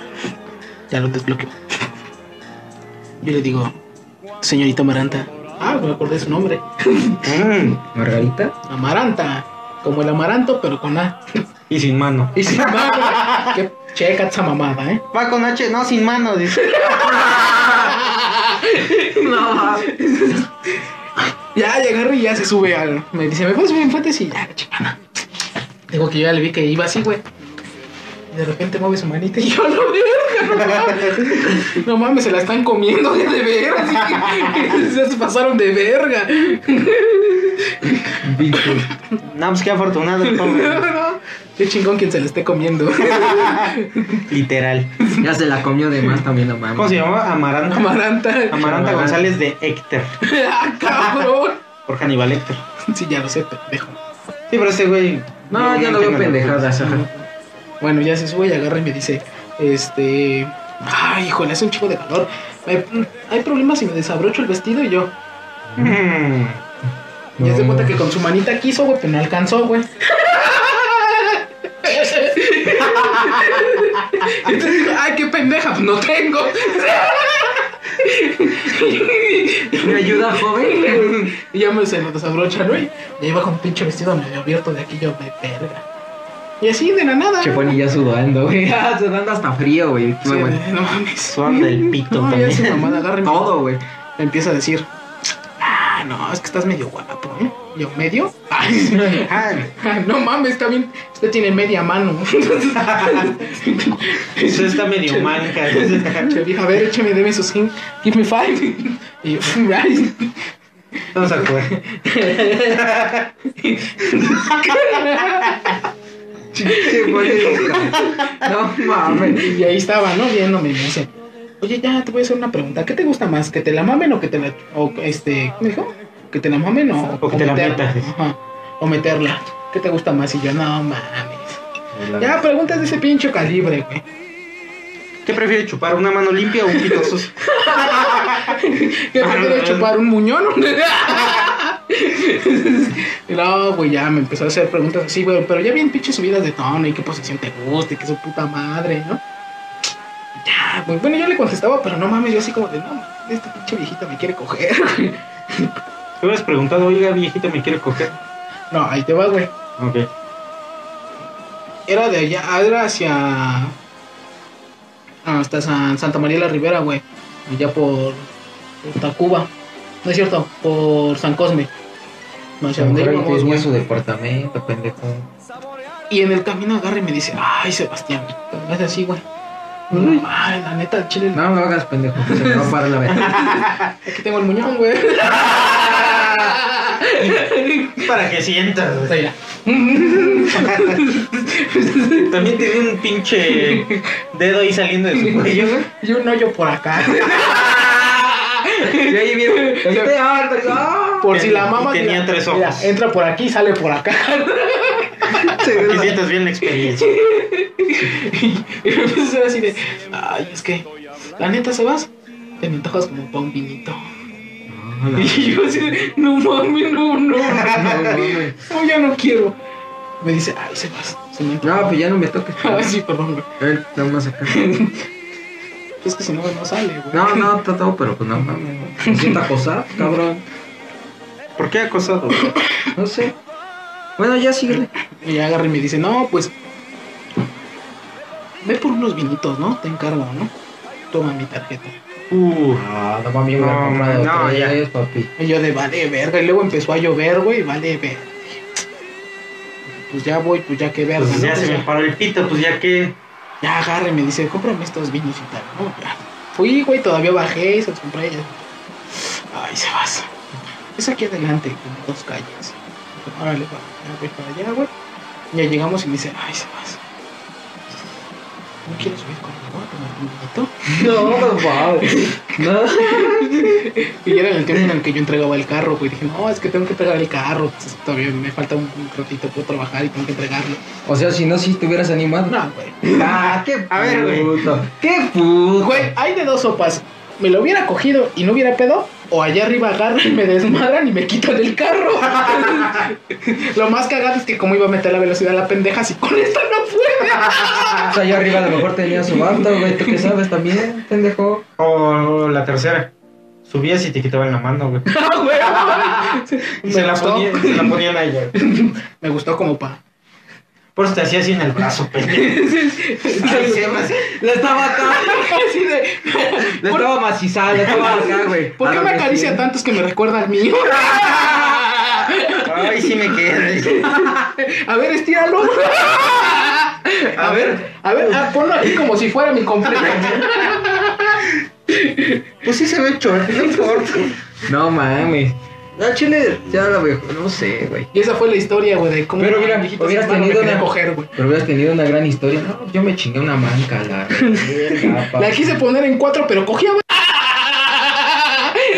F: Ya lo desbloqueó. Yo le digo, señorita Maranta,
B: Ah, me acordé su nombre.
A: Mm,
C: ¿Margarita?
B: Amaranta. Como el amaranto, pero con A.
A: y sin mano.
B: Y sin mano. que checa esa mamada, ¿eh?
A: Va con H, no, sin mano, dice.
C: No.
B: Ya, y agarro y ya se sube al. Me dice, ¿me puedes subir enfrente? Y ya, chingada. Digo que yo ya le vi que iba así, güey. Y De repente mueve su manita y yo, no, verga, no mames. No mames, se la están comiendo güey, de verga. Así que ya se pasaron de verga.
A: No, pues qué afortunado el pobre.
B: Qué chingón quien se la esté comiendo.
A: Literal.
C: Ya se la comió de más también, no
A: ¿Cómo
C: mames.
A: se llamaba? Amaranta.
B: Amaranta.
A: Amaranta González de Héctor.
B: ah, cabrón.
A: Por Hannibal Héctor.
B: Sí, ya lo sé, pendejo.
A: Sí, pero ese güey.
C: No, ya no
A: entiendo
C: veo
A: la
C: pendejadas. ajá.
B: Bueno, ya se sube y agarra y me dice, este, ay, híjole, hace un chico de calor. Me- mm, Hay problemas si me desabrocho el vestido y yo.
A: Mm,
B: Y se cuenta que con su manita quiso, güey, pero no alcanzó, güey. Entonces digo, ay, qué pendeja, pues no tengo.
C: ¿Me ayuda, joven?
B: Y ya me se lo desabrocha, ¿no? Y ahí va con pinche vestido medio abierto de aquí, yo me verga. Y así, de la nada.
C: Che, Pony ya sudando, güey. Ya sudando hasta frío, güey.
B: Sí,
C: Bueno,
B: no mames.
A: Suanda el pito
B: No, ya
A: también.
B: se mamada, agarra y me-
C: Todo, güey.
B: me empieza a decir, ah, no, es que estás medio guapo, ¿eh? Yo, ¿medio? Ay,
A: Ah,
B: no mames, está bien, usted tiene media mano.
A: eso está medio manca.
B: Che, vieja, a ver, écheme, deme sus cinco, give me five. Y yo, ay,
A: Vamos a jugar.
C: Che, Pony, No mames.
B: y ahí estaba, ¿no? Viéndome, y me dice, oye, ya, te voy a hacer una pregunta, ¿qué te gusta más, que te la mamen o que te la, o, este, ¿cómo dijo? Que te la mamen o,
A: O que te la
B: meterla.
A: metas.
B: Ajá, o meterla, ¿qué te gusta más? Y yo, no mames. Ya, preguntas de ese pinche calibre, güey.
A: ¿Qué prefiere chupar? ¿Una mano limpia o un pito sucio?
B: ¿Qué prefiero chupar un muñón? no, güey, ya me empezó a hacer preguntas así, güey, pero ya bien pinches subidas de tono y qué posición te gusta y qué su puta madre, ¿no? Ya, güey, bueno, yo le contestaba, pero no mames, yo así como de, no, mames, esta pinche viejita me quiere coger.
A: Te hubieras preguntado, oiga, viejita, me quiere coger.
B: no, ahí te va, güey.
A: Ok.
B: Era de allá, ah, era hacia... ah, Hasta San, Santa María la Ribera, güey. Allá por, por Tacuba. No es cierto, por San Cosme. No,
C: Se
B: hacia
C: me
B: dónde
C: ahí
B: íbamos,
C: tenía
B: güey.
C: su departamento, pendejo.
B: Y en el camino agarra y me dice, ay, Sebastián, te ves así, güey. No, Ay, la neta, al chile,
C: No lo hagas, pendejo. pues, Se me va a parar la ventana.
B: aquí tengo el muñón, güey.
A: Para que sientas.
B: O sea, ya.
A: También tiene un pinche dedo ahí saliendo de su cuello, güey.
B: Y un hoyo por acá.
C: Y ahí viene. ahí te harto, ¡ah!
B: Por si la mamá...
A: Tenía tres ojos.
B: entra por aquí y sale por acá.
A: Que sientas bien la experiencia.
B: Y me empieza a hacer así de, ay, es que, la neta, Sebas, Tenía antojas como pa' un vinito.
C: No, no,
B: Y yo así, de, no mames, no, no, no,
C: mames.
B: no, ya no quiero. Me dice, ay, se vas, se me antoja.
C: No, pues ya no me toques.
B: Ay, sí, perdón, güey.
C: A ver, nada más acá.
B: Es que si no, no sale, güey.
C: No, no, Tato, pero pues no mames. ¿Me siento acosado, cabrón?
A: ¿Por qué acosado?
C: No sé. Bueno, ya síguele.
B: Y agarra y me dice, no, pues. Ve por unos vinitos, ¿no? Te encargo, ¿no? Toma mi tarjeta.
A: Uh,
C: Ah, No, no mami,
A: voy a comprar de otra vez,
C: papi.
B: Y yo de vale verga. Y luego empezó a llover, güey, vale verga. Pues ya voy, pues ya que verga.
A: pues
B: ¿no?
A: ya
B: Pues
A: se me
B: ya-
A: paró el pito, pues ya que.
B: Ya agarra y me dice, cómprame estos vinos y tal, ¿no? Ya. Fui, güey, todavía bajé y se los compré. Ya. Ay, se vas. Es aquí adelante, como dos calles. Órale, va, ya voy para allá, güey. Ya llegamos y me dice, ay, se vas. ¿No quieres subir conmigo a tomar un vinito?
C: No, wow. No.
B: Y ya era el tiempo en el que yo entregaba el carro, güey. Dije, no, es que tengo que entregar el carro. pues, todavía me falta un un ratito, puedo trabajar y tengo que entregarlo.
C: O sea, si no, si te hubieras animado.
B: No, güey.
C: Ah, qué
A: A ver, güey.
C: puto. Qué puto.
B: Güey, hay de dos sopas. Me lo hubiera cogido y no hubiera pedo, o allá arriba agarran y me desmadran y me quitan el carro. lo más cagado es que como iba a meter la velocidad a la pendeja, si con esta no puede.
C: O sea, yo Ah, pues arriba a lo mejor tenía su banda, güey. ¿Tú qué sabes también, pendejo?
A: O la tercera. Subías y te quitaban la mano, güey.
B: Ah, güey, ah, güey.
A: Se
B: me
A: la,
B: gustó.
A: ponían, se la ponían a ella.
B: Me gustó como pa.
A: Por eso te hacía así en el brazo, pendejo. Ay, se me hace-
C: Le estaba acá.
B: Así de,
C: Le
B: ¿por-
C: estaba macizada, le estaba acá, güey.
B: ¿Por qué
C: A
B: me
C: lo que
B: acaricia
C: sí.
B: tantos que me recuerda al mío?
A: Ay, sí me queda.
B: A ver, estíralo. A ver, a ver, ah, ponlo aquí como si fuera mi completo.
A: Pues sí se ve chorro, no importa.
C: No mames. No, chile, ya lo veo. No sé, güey.
B: Y esa fue la historia, güey, de cómo
C: Pero mira,
B: dijiste,
C: hubieras
B: "Hermano, me
C: tenido
B: quería
C: una-
B: coger, güey.
C: Pero hubieras tenido una gran historia. No, yo me chingué una manca, la verga,
B: La
C: papi.
B: quise poner en cuatro, pero cogía, güey.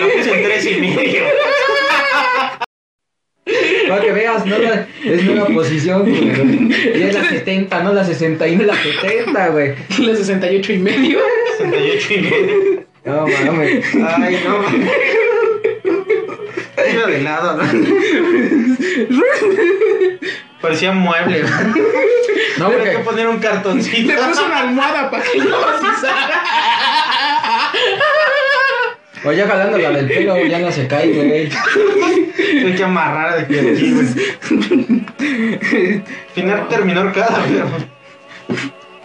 A: Lo puse en tres y medio.
C: Para que veas, no la, es nueva posición, güey. Ya es la 70, no la 61, la 70, güey.
B: La 68 y medio.
A: 68 y medio.
C: No mames. Ah,
A: Ay, no. Iba de lado, ¿no? Parecía mueble. güey.
C: No,
A: Había que
C: porque.
A: poner un cartoncito.
B: Le puse una almohada para que no se
C: O ya jalándola del pelo, ya no se cae, güey.
A: Hay que amarrar de aquí, güey. Al final terminó arcada, pero.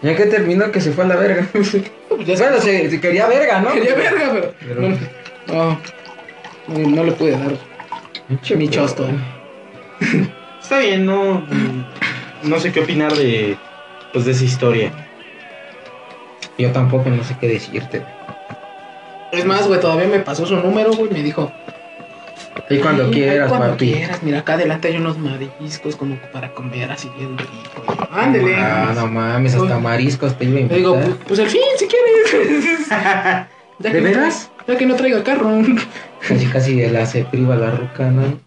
C: Ya que terminó que se fue a la verga.
B: Ya
C: Bueno,
B: sabes,
C: se, se quería verga, ¿no?
B: quería verga, pero.
C: Pero-
B: No, no, no, no le pude dar
C: Pinche
B: mi
C: pedo.
B: chosto.
A: Está bien, no. No sé qué opinar de. Pues de esa historia.
C: Yo tampoco no sé qué decirte. güey.
B: Es más, güey, todavía me pasó su número, güey, me dijo.
C: Y cuando
B: "Ay,
C: quieras,
B: cuando
C: papi.
B: quieras, mira, acá adelante hay unos mariscos como para comer así bien rico. Y yo, Ándele.
C: Ah, no mames, hasta
B: Uy.
C: mariscos te iba a
B: Le digo, pues,
C: invitar.
B: pues al fin, si quieres. Ya
C: ¿De
B: que no
C: veras?
B: tra- Ya que no traiga carro.
C: Casi casi la se priva la ruca, ¿no?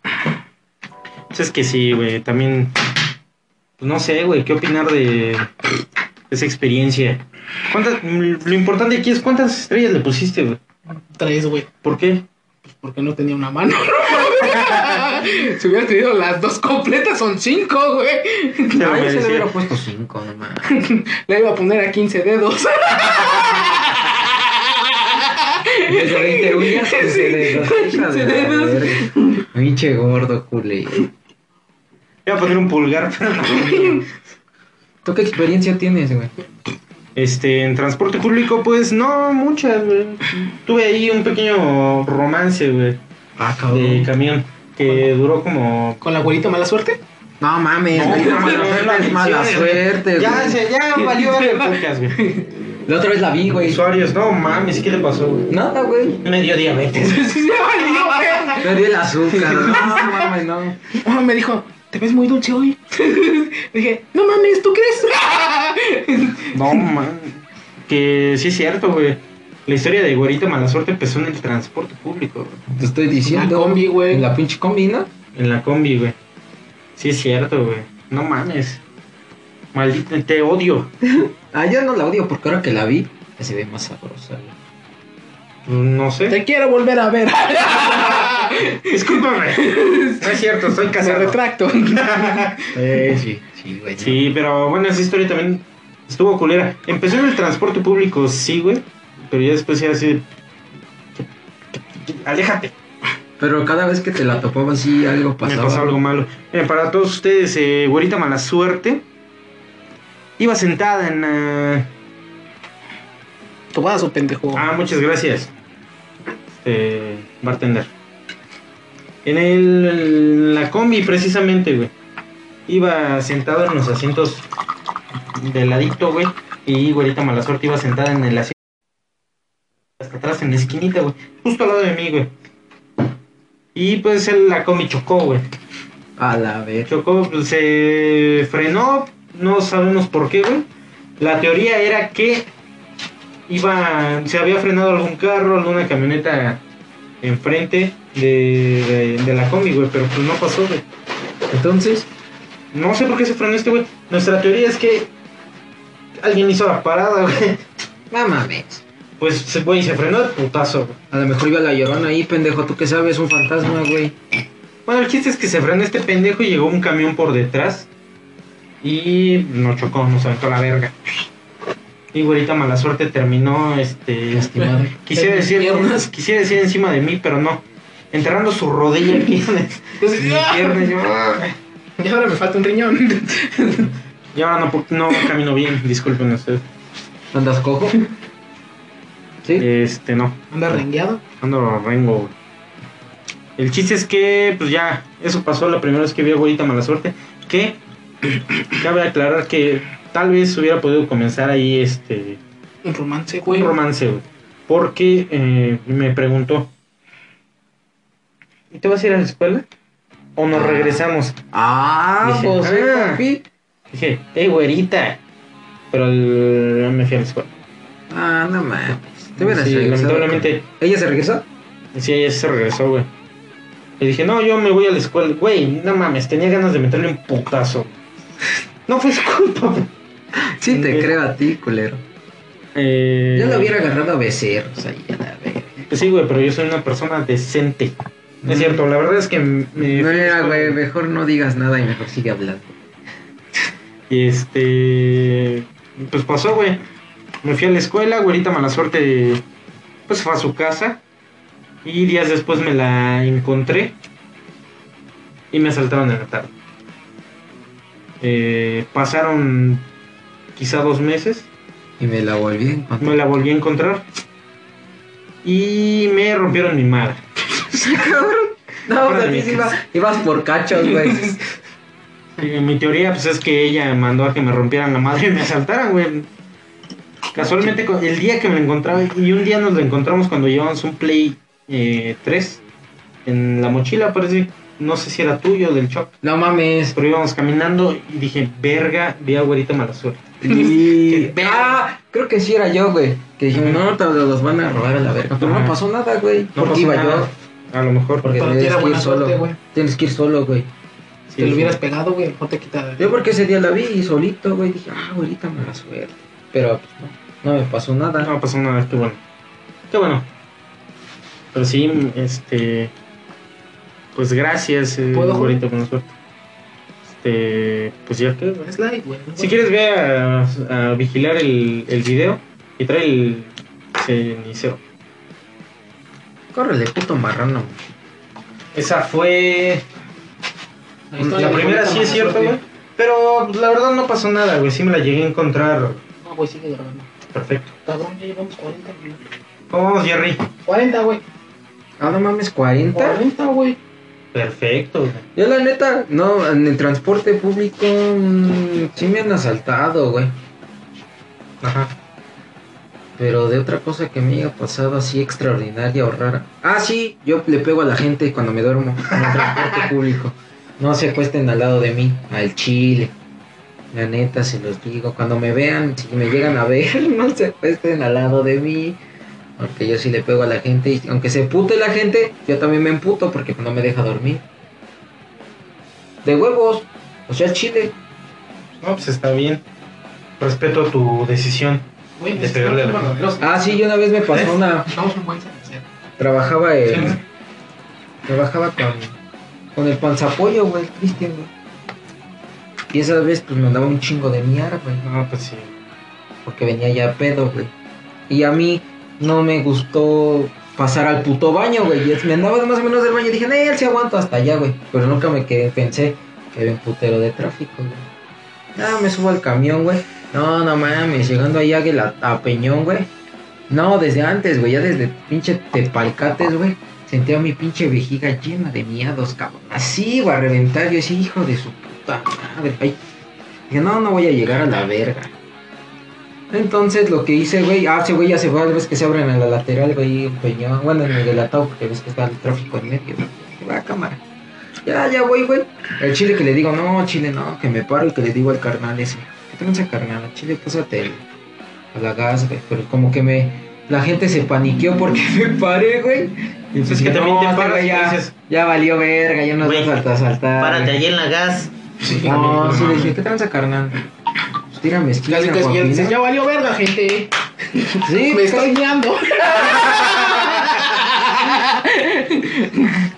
A: Pues es que sí, güey. También. Pues no sé, güey. ¿Qué opinar de. Esa experiencia? ¿Cuántas, lo importante aquí es cuántas estrellas le pusiste, güey.
B: Tres, güey.
A: ¿Por qué?
B: Pues porque no tenía una mano. si hubiera tenido las dos completas, son cinco, güey.
A: Se lo
C: Ay, se le
A: merecía.
C: hubiera puesto cinco, no mames.
B: Le iba a poner a 15 dedos.
C: Desde 20 uñas que se le hija de la
B: dedos.
C: verga. Pinche gordo, culé.
A: Voy a poner un pulgar, pero no.
C: ¿Tú qué experiencia tienes, güey?
A: Este, en transporte público, pues no muchas, güey. Tuve ahí un pequeño romance, güey,
C: Ah,
A: de camión, que duró como.
B: Con la güerita mala suerte.
C: No mames, güey.
A: No,
C: No,
A: güey,
C: mames,
A: la
C: es mala
A: adicción,
C: suerte,
A: Ya,
C: güey.
A: se, ya valió el podcast, güey.
C: La otra vez la vi, güey.
A: Usuarios, no mames, ¿qué le pasó, güey?
C: Nada, güey.
A: Me dio diabetes.
C: Perdí el azúcar. No, no mames, no.
B: Ah, me dijo, te ves muy dulce hoy. Dije, no mames, ¿tú crees?
A: No mames. Que sí es cierto, güey. La historia de Güerito Mala Suerte empezó en el transporte público, güey.
C: Te estoy diciendo.
B: La combi, güey.
C: En la pinche combi, ¿no?
A: En la combi, güey. Sí es cierto, güey. No mames. Maldito, te odio.
C: Ah, yo no la odio porque ahora que la vi, ya se ve más sabrosa. güey.
A: No sé.
B: Te quiero volver a ver.
A: Discúlpame. No es cierto, estoy
B: Me
A: casado.
B: retracto.
C: Eh, sí, sí, güey.
A: Sí, pero bueno, esa historia también estuvo culera. Empezó en el transporte público, sí, güey. Pero ya después era así. de, Aléjate.
C: Pero cada vez que te la topaba así, algo pasaba.
A: Me pasó algo malo. Miren, para todos ustedes, eh, güerita mala suerte. Iba sentada en. eh,
B: Tomadas o pendejo.
A: Ah, muchas gracias. Este, bartender. En el, en la combi, precisamente, güey. Iba sentado en los asientos del ladito, güey. Y güerita mala suerte iba sentada en el asiento. Hasta atrás, en la esquinita, güey. Justo al lado de mí, güey. Y pues el- la combi chocó, güey.
C: A la vez.
A: Chocó, pues, se frenó, no sabemos por qué, güey. La teoría era que iba, se había frenado algún carro, alguna camioneta enfrente de, de- de la combi, güey, pero pues no pasó, güey.
C: Entonces,
A: No sé por qué se frenó este, güey. Nuestra teoría es que alguien hizo la parada, güey.
C: no mames.
A: Pues, se- güey, se frenó de putazo, güey.
C: A lo mejor iba la llorona ahí, pendejo. Tú que sabes, un fantasma, güey.
A: Bueno, el chiste es que se frenó este pendejo y llegó un camión por detrás. Y nos chocó, nos aventó la verga. Y güerita mala suerte terminó, este...
C: Lastimado.
A: Quisiera
B: En mis
A: decir,
B: piernas.
A: quisiera decir encima de mí, pero no. Enterrando su rodilla aquí en el-
B: Entonces,
A: en mi
B: ¡ah!
A: pierna. yo, "Ah".
B: Y ahora me falta un riñón.
A: Y ahora no, pu- no camino bien, disculpen ustedes.
C: ¿Andas cojo? Sí.
A: Este, no.
B: Anda rengueado.
A: Ando rengo, güey. El chiste es que, pues ya, eso pasó la primera vez que vi a Güerita Mala Suerte. Que cabe aclarar que tal vez hubiera podido comenzar ahí este
B: Un romance, güey.
A: un romance, güey. Porque eh, me preguntó: ¿Y te vas a ir a la escuela? ¿O nos regresamos?
C: Ah,
A: Dije,
C: pues,
A: ah.
C: papi.
A: Dije: ¡Ey, güerita! Pero el- me fui a la escuela.
C: Ah, no mames. Te hubieras
A: Sí,
C: regresado.
A: lamentablemente.
C: ¿Ella se regresó?
A: Sí, ella se regresó, güey. Le dije, no, yo me voy a la escuela. Güey, no mames, tenía ganas de meterle un putazo. No fue su culpa, güey.
C: Sí, te
A: Sí.
C: creo a ti, culero.
A: Eh,
C: Yo la hubiera agarrado a becerros ahí, a la verga.
A: pues sí, güey, pero yo soy una persona decente. No Es
C: Mm.
A: cierto, la verdad es que me...
C: No era, güey, mejor no digas nada y mejor sigue hablando.
A: Y este... Pues pasó, güey. Me fui a la escuela, güerita mala suerte. Pues fue a su casa. Y días después me la encontré. Y me asaltaron en la tarde. Eh, pasaron quizá dos meses.
C: Y me la volví a encontrar.
A: Me la volví a encontrar. Y me rompieron mi madre.
C: No, o sea,
A: Órale,
C: sí, sí iba- ibas por cachos, güey.
A: Eh, Mi teoría pues es que ella mandó a que me rompieran la madre y me asaltaran, güey. Casualmente co- el día que me encontraba y un día nos lo encontramos cuando llevábamos un Play eh, 3 en la mochila, parece, no sé si era tuyo o del Choc,
C: No mames.
A: pero íbamos caminando y dije, verga, vi a güerita mala suerte.
C: Y...
A: verga.
C: Ah, creo que sí era yo, güey. Que dijimos, no, te los van a robar a la verga. Pero no
A: Ajá.
C: pasó nada, güey.
A: No
C: porque
A: pasó
C: iba
A: nada.
C: yo.
A: A lo mejor.
C: Porque
B: Pero
C: tienes
B: era
C: que ir
B: buena
C: solo.
B: suerte, güey.
C: tienes que ir solo, güey.
A: Sí,
B: Te lo
A: sí.
B: hubieras pegado, güey. No te quita.
C: Yo porque ese día la vi y solito, güey. Dije, ah, güerita, mala suerte. Pero pues, no, no me pasó nada.
A: Ah, No pasó nada, qué bueno. Qué bueno. Pero sí, este. Pues gracias, eh,
B: ¿Puedo jugar?
A: güerita, buena suerte. Este. Pues ya que.
B: Es light, güey. ¿no?
A: Si quieres, ve a, a vigilar el, el video y trae el cenicero.
C: Córrele, puto marrano.
A: Esa fue.
B: Ahí está,
A: la primera,
B: bonita
A: sí es cierto,
B: suerte.
A: güey. Pero pues, la verdad no pasó nada, güey. Sí me la llegué a encontrar.
B: No, güey, sigue grabando.
A: Perfecto.
B: Cabrón, ya llevamos 40 minutos.
A: ¿Cómo vamos, Jerry?
B: 40, güey.
C: Ah, no mames, 40.
B: 40, güey.
A: Perfecto, güey.
C: Yo la neta, no, en el transporte público mm, sí me han asaltado, güey.
A: Ajá.
C: Pero de otra cosa que me haya pasado así extraordinaria o rara. Ah, sí, yo le pego a la gente cuando me duermo en el transporte público. No se acuesten al lado de mí, al chile. La neta, se los digo. Cuando me vean, si me llegan a ver, no se acuesten al lado de mí. Porque yo sí le pego a la gente. Y aunque se pute la gente, yo también me emputo porque no me deja dormir. De huevos. O sea, chile.
A: No, pues está bien. Respeto tu decisión.
B: Güey,
A: De pegarle a la-
B: barbaderos.
C: Ah, sí, yo una vez me pasó una.
B: Somos un buen cenicero.
C: Trabajaba
B: Sí.
C: en. Trabajaba con. Con el panzapollo, güey, el Cristian, güey. Y esa vez, pues me andaba un chingo de mierda, güey.
A: No, pues sí.
C: Porque venía ya pedo, güey. Y a mí no me gustó pasar al puto baño, güey. Y es- me andaba más o menos del baño y dije, nee, él se aguanto hasta allá, güey. Pero nunca me quedé, pensé que había un putero de tráfico, güey. Nada, me subo al camión, güey. No, no mames, llegando allá que la- a Peñón, güey. No, desde antes, güey, ya desde pinche Tepalcates, güey. Sentía mi pinche vejiga llena de miados, cabrón. Así, güey, a reventar. Yo así, hijo de su puta madre. Ay. Dije, no, no voy a llegar a la verga. Entonces lo que hice, güey, ah, ese güey ya se va, ves que se abren a la lateral, güey, un peñón, bueno, en el delatado, porque ves que está el tráfico en medio, güey. Dije, Va, cámara. Ya, ya voy, güey. El chile que le digo, no, chile, no, que me paro y que le digo al carnal ese, ¿qué tranza, carnal? Al Chile, pásate el- a la gas, güey, pero como que me, la gente se paniqueó porque me paré, güey. Y
A: Es
C: pues
A: que
C: dije,
A: también
C: no,
A: te
C: este
A: paras
C: güey
A: y
C: ya,
A: dices-
C: ya valió verga, ya nos va
A: Güey,
C: a faltar saltar.
A: Párate ahí en la gas.
C: No, sí, le
A: mames.
C: dije, ¿qué tranza, carnal? Pues tírame esquina,
B: Casi casi ya
C: guapina".
B: dices, ya valió verga, gente.
C: Sí,
B: Me estoy guiando.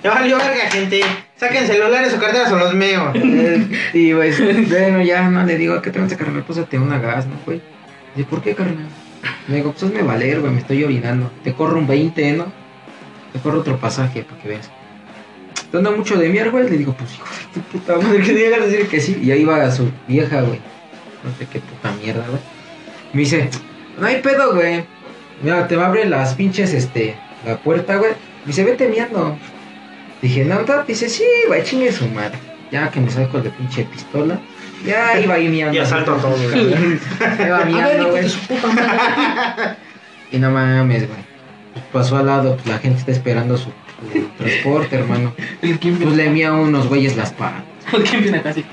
A: Ya valió verga, gente. Saquen celulares o carteras o los meo.
C: Eh, y pues, bueno, ya no le digo, ¿qué tranza, carnal? Pásate una gas, ¿no, güey? Dice, ¿por qué, carnal? Le digo, pues me valer, güey, me estoy orinando. Te corro un 20, ¿no? Te corro otro pasaje para que veas. ¿Te anda mucho de mierda, güey? Le digo, pues hijo de tu puta madre, que llegas a decir que sí. Y ahí va su vieja, güey. No sé qué puta mierda, güey. Me dice, no hay pedo, güey. Mira, te va a abrir las pinches, este, la puerta, güey. Me dice, vete miando. Dije, no, no. Dice, sí, güey, chingue su madre. Ya que me saco de pinche pistola. Ya iba ahí miando.
A: Y asalto a todos.
C: Ahí va
B: A ver,
C: miando,
B: hijo de
C: güey.
B: su puta madre.
C: Y no mames, güey. Pues pasó al lado, pues la gente está esperando su, su transporte, hermano.
B: El Kim
C: Pues le mía a unos güeyes las patas.
B: El Kim viene casi.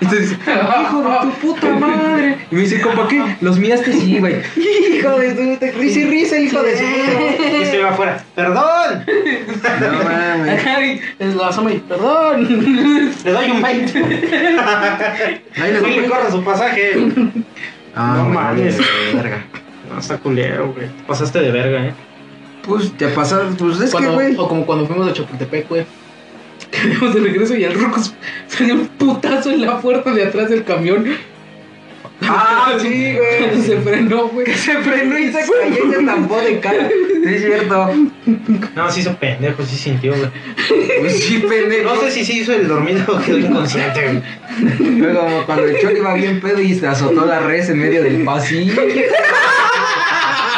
C: Entonces, hijo de tu puta madre. Y me dice, compa, ¿qué? Los miaste, sí, güey. Hijo de tu puta, risa y risa, hijo de su puta.
A: Y se iba afuera. ¡Perdón!
C: No mames.
B: Acá y es lo asoma y perdón.
A: Le doy un 20.
C: Ahí les
A: Y le
C: voy.
A: corro su pasaje.
C: Ah,
A: No
C: güey,
A: mames.
C: verga.
A: No, está culero, güey. Te Pasaste de verga, eh.
C: Pues te pasaron, pues es que,
B: Cuando-
C: güey.
B: o como cuando fuimos a Chapultepec, güey. Que veníamos de regreso y al Ruco salió un putazo en la puerta de atrás del camión.
C: Ah, sí, güey.
B: Se frenó, güey.
C: Se frenó y se cayó y se estampó de cara. Sí, es cierto.
A: No, sí hizo pendejo, sí sintió, güey.
C: Pues sí, pendejo.
A: No sé si sí hizo el dormido o quedó inconsciente, güey.
C: Luego, cuando el choli iba bien pedo y se azotó la res en medio del pasillo.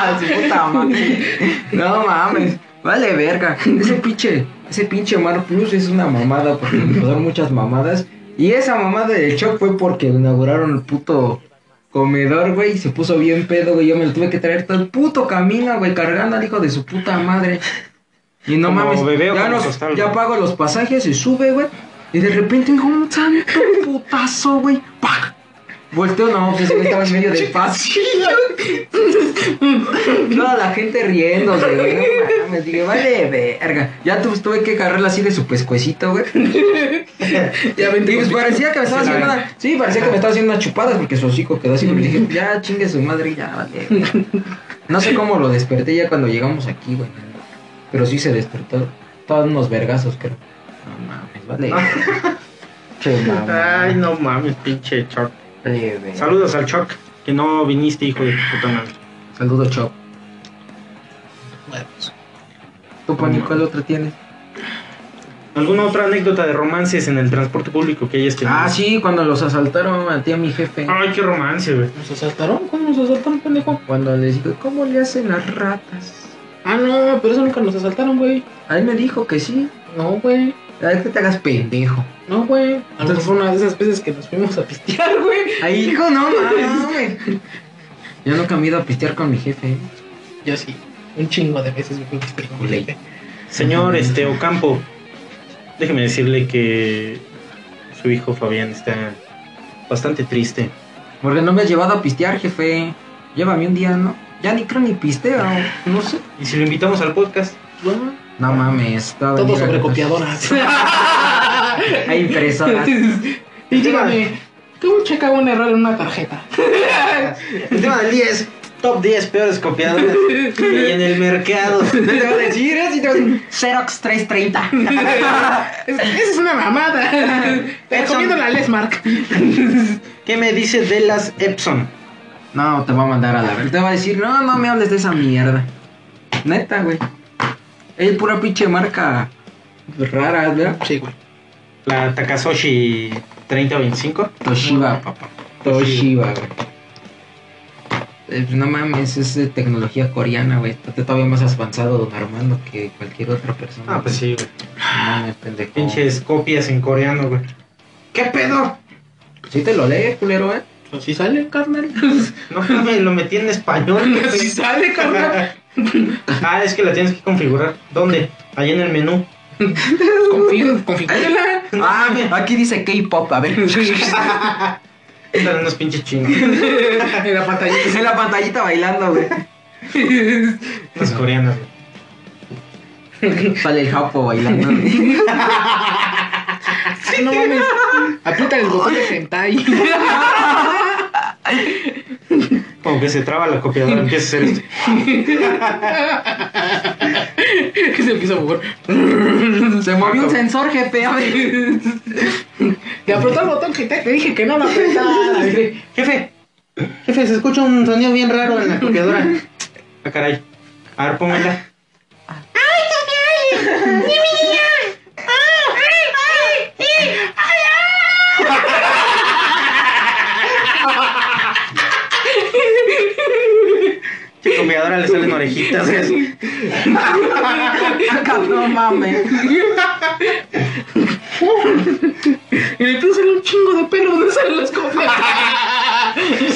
C: A su Ah, puta madre. No mames. Vale, verga. Ese pinche, ese pinche Mar Plus es una mamada porque me pasaron muchas mamadas. Y esa mamada del shock fue porque inauguraron el puto comedor, güey, y se puso bien pedo, güey. Yo me lo tuve que traer todo el puto camino, güey, cargando al hijo de su puta madre. Y no
A: Como
C: mames,
A: bebé o
C: ya,
A: como
C: nos-
A: costal,
C: ya
A: güey.
C: pago los pasajes y sube, güey. Y de repente digo, un santo putazo, güey. ¡Pac! Volteo, no, pues ese güey estaba en medio del pasillo. Toda la gente riéndose, güey. No mames, dije, vale, verga. Ya tu- tuve que agarrarla así de su pescuecito, güey.
B: Ya
C: Y
B: vente.
C: pues
B: con-
C: parecía que me estaba haciendo una... Sí, parecía que me estaba haciendo unas chupadas porque su hocico quedó así. Pero dije, ya chingue su madre, ya, vale. No sé cómo lo desperté ya cuando llegamos aquí, güey. Pero sí se despertó. Todos unos vergazos, creo. No mames, vale. Che, mamá.
A: Ay, no mames, pinche Choc.
C: Vale, güey.
A: Saludos al Choc, que no viniste, hijo de tu puta madre.
C: Saludos, Chop.
B: pues,
C: ¿Tú, Pani, cuál otra tienes?
A: ¿Alguna otra anécdota de romances en el transporte público que hayas tenido?
C: Ah, sí, cuando los asaltaron a ti, a mi jefe.
A: Ay, qué romance, güey.
B: ¿Nos asaltaron? ¿Cómo nos asaltaron, pendejo?
C: Cuando les digo, ¿cómo le hacen las ratas?
B: Ah, no, pero eso nunca nos asaltaron, güey.
C: Ahí me dijo que sí.
B: No, güey.
C: A ver que te hagas pendejo.
B: No, güey. A lo mejor
C: Entonces-
B: fue una de esas veces que nos fuimos a pistear, güey.
C: Ahí hijo, no mames. Yo nunca me he ido a pistear con mi jefe. ¿eh?
B: Yo sí. Un chingo de veces me fui a pistear con mi
C: Culé.
B: jefe.
A: Señor este Ocampo, déjeme decirle que su hijo Fabián está bastante triste.
C: Porque no me has llevado a pistear, jefe. Llévame un día, ¿no? Ya ni creo ni pisteo, no sé.
A: Y si lo invitamos al podcast,
B: Bueno,
C: No mames, todo.
B: Todo sobre copiadoras.
C: Hay impresoras.
B: y dígame, Tuvo checa un error en una tarjeta.
A: El tema del día es top 10 peores copiadores que hay en el mercado.
C: No te van a decir, ¿eh? Si te van a decir, Xerox 330.
B: Es- Esa es una mamada. Te recomiendo la Lesmark.
A: ¿Qué me dice de las Epson?
C: No, te va a mandar a la verga. Te va a decir, no, no me hables de esa mierda. Neta, güey. Es pura pinche marca rara, ¿verdad?
B: Sí, güey.
A: La Takasoshi 3025.
C: Toshiba, papá. Toshiba, güey. Eh, No mames, es de tecnología coreana, güey. Está todavía más avanzado, don Armando, que cualquier otra persona.
A: Ah, pues sí, güey.
C: No mames, pendejo.
A: Pinches copias en coreano, güey. ¿Qué pedo?
C: Sí te lo lees, culero, ¿eh?
B: Si Pues sale, carnal.
A: No mames, lo metí en español. güey.
B: Si sale, carnal.
A: ah, es que la tienes que configurar. ¿Dónde? Ahí en el menú.
B: Confío, confío.
C: Ah, ve, aquí dice K-pop, a ver.
A: Están unos pinches chinos.
B: En la pantalla.
C: Es en la pantallita bailando, güey.
A: Los coreanos, güey.
C: Sale el japo bailando. güey.
B: No mames. Aprieta el botón de hentai.
A: Como que se traba la copiadora, empieza a hacer esto.
B: Que se empieza a mover.
C: Se movió un sensor, jefe, a ver.
B: Le apretó el botón hentai. Te dije que no lo apretara.
A: Jefe, jefe, se escucha un sonido bien raro en la copiadora. Ah, caray. A ver, póngala. Que copiadora le salen orejitas. güey.
C: Ah, No mames.
B: Y le empieza a salir un chingo de pelo donde salen las copias.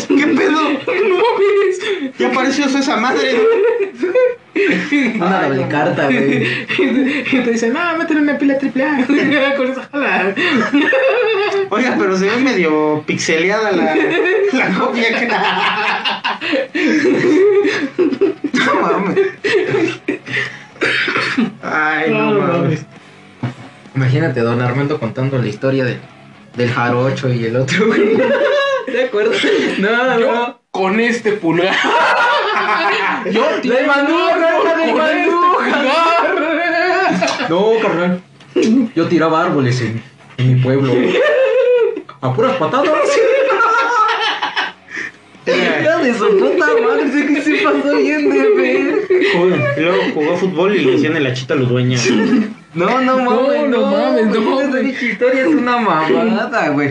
A: ¿Qué pedo?
B: No mames.
A: Ya apareció esa madre.
C: Una doble carta, güey.
B: Y te dice, no, métele una pila triple A. Con esa jala.
A: Oiga, pero se ve medio pixeleada la, la copia. que-
C: No mames.
A: Ay, no,
B: No
A: mames.
B: mames.
C: Imagínate don Armando contando la historia de, del jarocho y el otro, güey. ¿Te acuerdas? No,
B: Yo con este pulgar. Yo
C: ¡Le mandó
B: un
C: rata,
B: árbol
C: le
B: con este
C: mandó!
B: pulgar.
C: este No, carnal. Yo tiraba árboles en, en mi pueblo. A puras patadas.
A: Era-
C: Hija de su puta madre, sé que se pasó bien de ver.
A: jugó- y luego jugó fútbol y le hacían el achita a los dueños.
C: No, no mames,
B: no mames, no,
C: güey, Esa
B: güey.
C: pinche historia es una mamada, güey.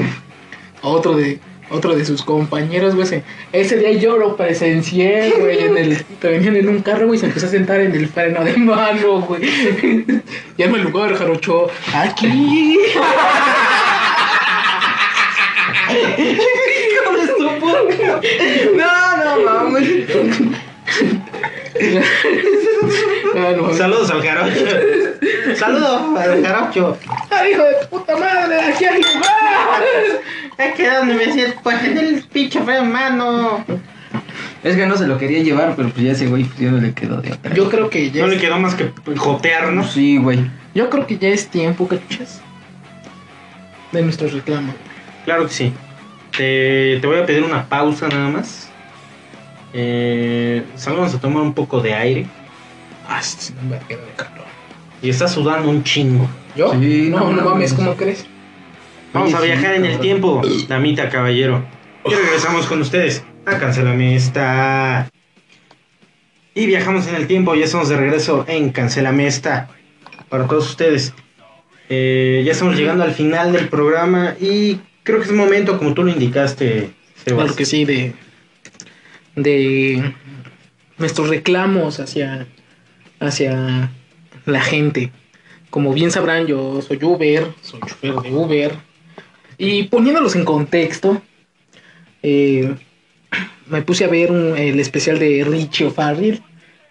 B: Otro de, otro de sus compañeros, güey. se- Ese día yo lo presencié, güey. En el, te venían en un carro, güey. y Se empezó a sentar en el freno de mano, güey. Ya me lugar, jarocho. Aquí.
C: Hijo de su puta. No, no mames.
B: Ah, no,
A: Saludos al jarocho. Saludos al jarocho.
B: ¡Ah, hijo de tu puta madre! ¡Aquí hay lugar!
A: Es que donde me siento, pues en el pinche freno en mano.
C: Es que no se lo quería llevar, pero pues ya ese güey pues, ya no le quedó de otra.
B: Yo creo que ya
A: No le
B: es,
A: quedó más que jotear, ¿no?
C: Sí, güey.
B: yo creo que ya es tiempo, cachuchas. De nuestros reclamos.
A: Claro que sí. Te, te voy a pedir una pausa nada más. Eh, salgamos a tomar un poco de aire.
B: Ah, sí, no me quedo de calor.
A: Y está sudando un chingo.
B: ¿Yo?
C: Sí,
B: no,
C: no,
B: no,
C: no,
B: mames,
C: no.
B: ¿cómo crees?
A: Vamos
C: Oye,
A: a
C: sí,
A: viajar en el
C: cabrón.
A: tiempo, damita caballero. Y regresamos con ustedes. Ah, Cancelame esta. Y viajamos en el tiempo, ya estamos de regreso en Cancelame esta. Para todos ustedes. Eh, ya estamos llegando al final del programa y creo que es momento, como tú lo indicaste, Sebas.
B: Claro que sí, de. de. nuestros reclamos hacia. hacia. la gente. Como bien sabrán, yo soy Uber, soy chofer de Uber. Y poniéndolos en contexto, eh, me puse a ver un- el especial de Richie O'Farrill,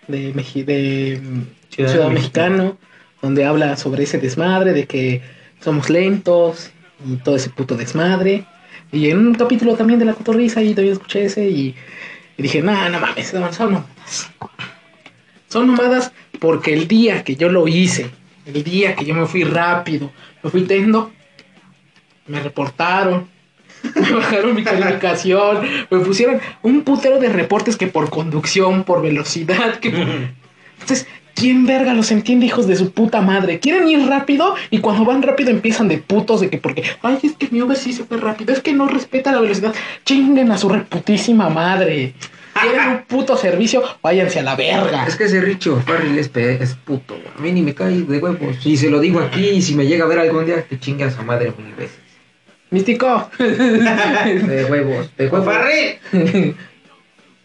B: de, Meji- de mm,
A: Ciudad
B: Ciudad,
A: de México.
B: Mexicano, donde habla sobre ese desmadre, de que somos lentos y todo ese puto desmadre. Y en un capítulo también de La Cotorrisa, y también escuché ese, y, y dije, no, no mames, no, son nómadas. Son nómadas porque el día que yo lo hice, el día que yo me fui rápido, me fui tendo, me reportaron, me bajaron mi calificación, me pusieron un putero de reportes que por conducción, por velocidad, que por... Entonces, ¿quién verga los entiende, hijos de su puta madre? Quieren ir rápido y cuando van rápido empiezan de putos de que porque, ay, es que mi Uber sí se fue rápido, es que no respeta la velocidad. Chinguen a su reputísima madre. Quieren un puto servicio, váyanse a la verga.
C: Es que ese Richo Farrell es, pe- es puto, güey. A mí ni me cae de huevos. Y se lo digo aquí, y si me llega a ver algún día, te chingas a madre mil veces.
B: Místico.
C: De huevos, de huevos.
A: ¡Farrell!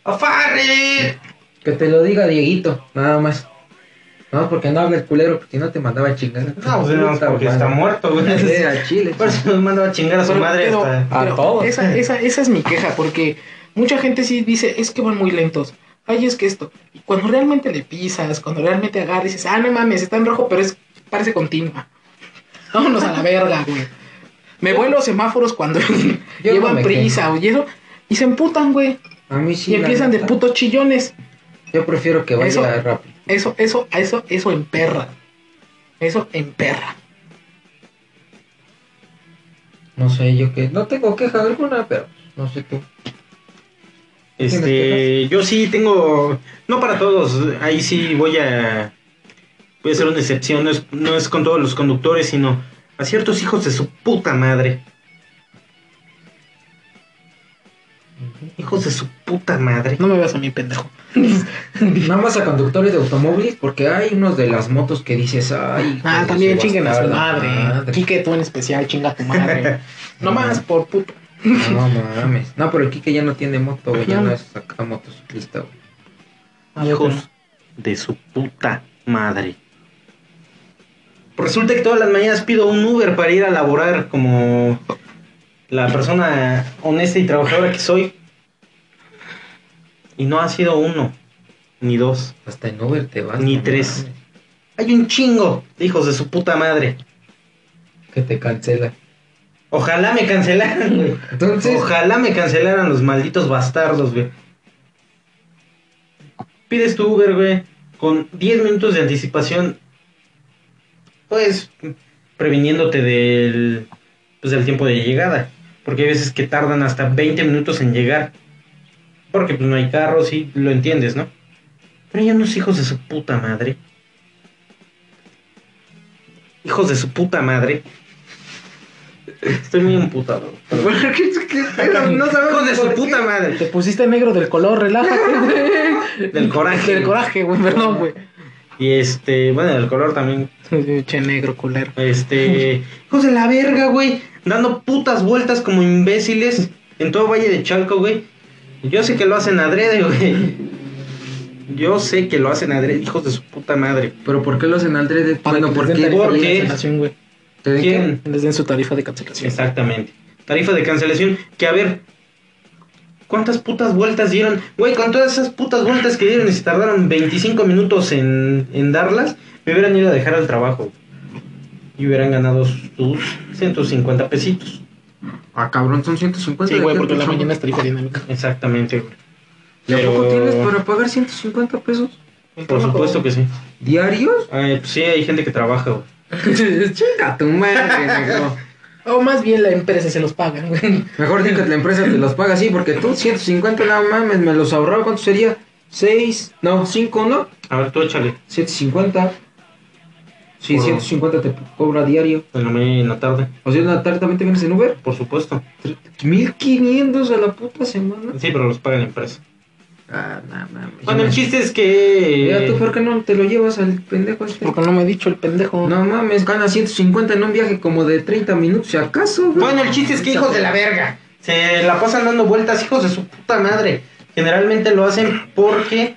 A: ¡Oh, Farrell!
C: Que te lo diga Dieguito, nada más. No, porque no habla el culero, porque si no te mandaba a chingar.
A: No, pues no, porque está muerto, Pues, güey.
C: Sí, a Chile.
A: Por eso nos manda a chingar a su madre
B: Pero-
A: hasta.
C: A
B: pero
C: todos.
B: Esa, esa, esa es mi queja, porque mucha gente sí dice, es que van muy lentos. Ay, es que esto. Y cuando realmente le pisas, cuando realmente agarras, dices, ah, no mames, está en rojo, pero es parece continua. Vámonos a la verga, güey. Me voy a los semáforos cuando
C: Yo
B: llevan
C: no me
B: prisa, o eso. Y se emputan, güey.
C: A mí sí.
B: y
C: la
B: empiezan de
C: neta.
B: putos chillones.
C: Yo prefiero que vaya
B: Eso.
C: rápido.
B: Eso, eso, a eso, eso emperra. Eso emperra.
C: No sé, yo que. No tengo queja alguna, pero no sé tú.
A: Este, yo sí tengo, no para todos, ahí sí voy a, voy a hacer una excepción, no es, no es con todos los conductores, sino a ciertos hijos de su puta madre. Hijos de su puta madre.
B: No me veas a mí, pendejo.
C: Nada más a conductores de automóviles, porque hay unos de las motos que dices, ay.
B: Ah,
C: hijo
B: también
C: de
B: chinguen a su
C: bastarda
B: madre. Quique, tú en especial, chinga a tu madre. no más, por puto.
C: No mames. No, pero el Kike ya no tiene moto, güey. Ya
B: No.
C: no es acá motociclista, güey.
B: Ah,
A: Hijos de su puta madre. Pues Resulta que todas las mañanas pido un Uber para ir a laborar como la persona honesta y trabajadora que soy. Y no ha sido uno, ni dos.
C: Hasta en Uber te vas.
A: Ni
C: no
A: tres.
C: mames,
A: Hay un chingo de hijos de su puta madre.
C: Que te cancela.
A: Ojalá me cancelaran, güey.
C: Entonces,
A: Ojalá me cancelaran los malditos bastardos, güey. Pides tu Uber, güey, con 10 minutos de anticipación. Pues previniéndote del pues del tiempo de llegada, porque hay veces que tardan hasta 20 minutos en llegar. Porque pues no hay carros y lo entiendes, ¿no? Pero hay unos hijos de su puta madre. Hijos de su puta madre. Estoy muy emputado. güey.
C: ¿qué, qué pedo? No
A: Hijo
C: sabemos
A: de su
C: por
A: puta madre.
B: Te pusiste negro del color, relájate, güey.
A: Del coraje.
B: Del coraje, güey, perdón, güey.
A: Y este, bueno, del color también.
B: Che negro, culero.
A: Este, hijos de la verga, güey. Dando putas vueltas como imbéciles en todo Valle de Chalco, güey. Yo sé que lo hacen adrede, güey. Yo sé que lo hacen adrede, hijos de su puta madre.
C: qué. Pero ¿por qué lo hacen Andrés de
B: Para
C: Bueno,
B: que les
C: porque
B: den tarifa
A: ¿Por
B: de
A: qué?
B: cancelación, güey.
C: ¿Te den qué?
A: ¿Quién?
B: Les den su tarifa de cancelación.
A: Exactamente. Tarifa de cancelación. Que a ver, ¿cuántas putas vueltas dieron? Güey, con todas esas putas vueltas que dieron y se tardaron 25 minutos en, en darlas, me hubieran ido a dejar al trabajo. Y hubieran ganado sus 150 pesitos.
C: Ah, cabrón, son 150.
B: Sí,
C: ¿de
B: güey,
C: qué
B: porque la
C: son?
B: mañana es tarifa dinámica.
A: Exactamente, güey.
C: ¿Y a poco
A: Pero-
C: tienes para pagar 150 pesos
A: Por supuesto que sí.
C: diarios?
A: Eh, pues sí, hay gente que trabaja, güey.
C: Chinga tu madre, negro.
B: O más bien la empresa se los paga, güey.
C: Mejor di que la empresa te los paga así, porque tú 150, no mames, me los ahorraba. ¿Cuánto sería? 6, no, 5, ¿no?
A: A ver, tú échale.
C: 750. Sí,
A: Por-
C: 150 te cobra diario.
A: En la mañana y en la tarde,
C: O sea, en la tarde también te vienes en Uber.
A: por supuesto.
C: 1500 a la puta semana.
A: Sí, pero los paga la empresa.
C: Ah, no mames.
A: Bueno, el chiste es
C: Ya tú,
A: que.
C: ¿por qué no te lo llevas al pendejo este?
B: Porque no me ha dicho el pendejo.
C: No mames, gana 150 en un viaje como de 30 minutos, si acaso. güey.
A: Bueno, el chiste es que hijos de la verga. Se la pasan dando vueltas, hijos de su puta madre. Generalmente lo hacen porque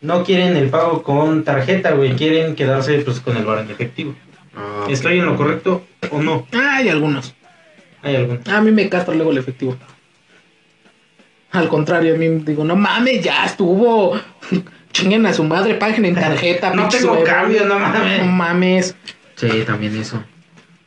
A: no quieren el pago con tarjeta, güey. Quieren quedarse pues con el bar en efectivo.
C: Ah,
A: ¿Estoy en lo correcto o no?
B: Ah, hay algunos.
A: Hay algún.
B: A mí me castra luego el efectivo. Al contrario, a mí digo, no mames, ya estuvo. Chinguen a su madre, paguen en tarjeta.
A: No
B: pinches
A: tengo
B: huevos.
A: cambio, no mames.
B: No mames.
C: Sí, también eso.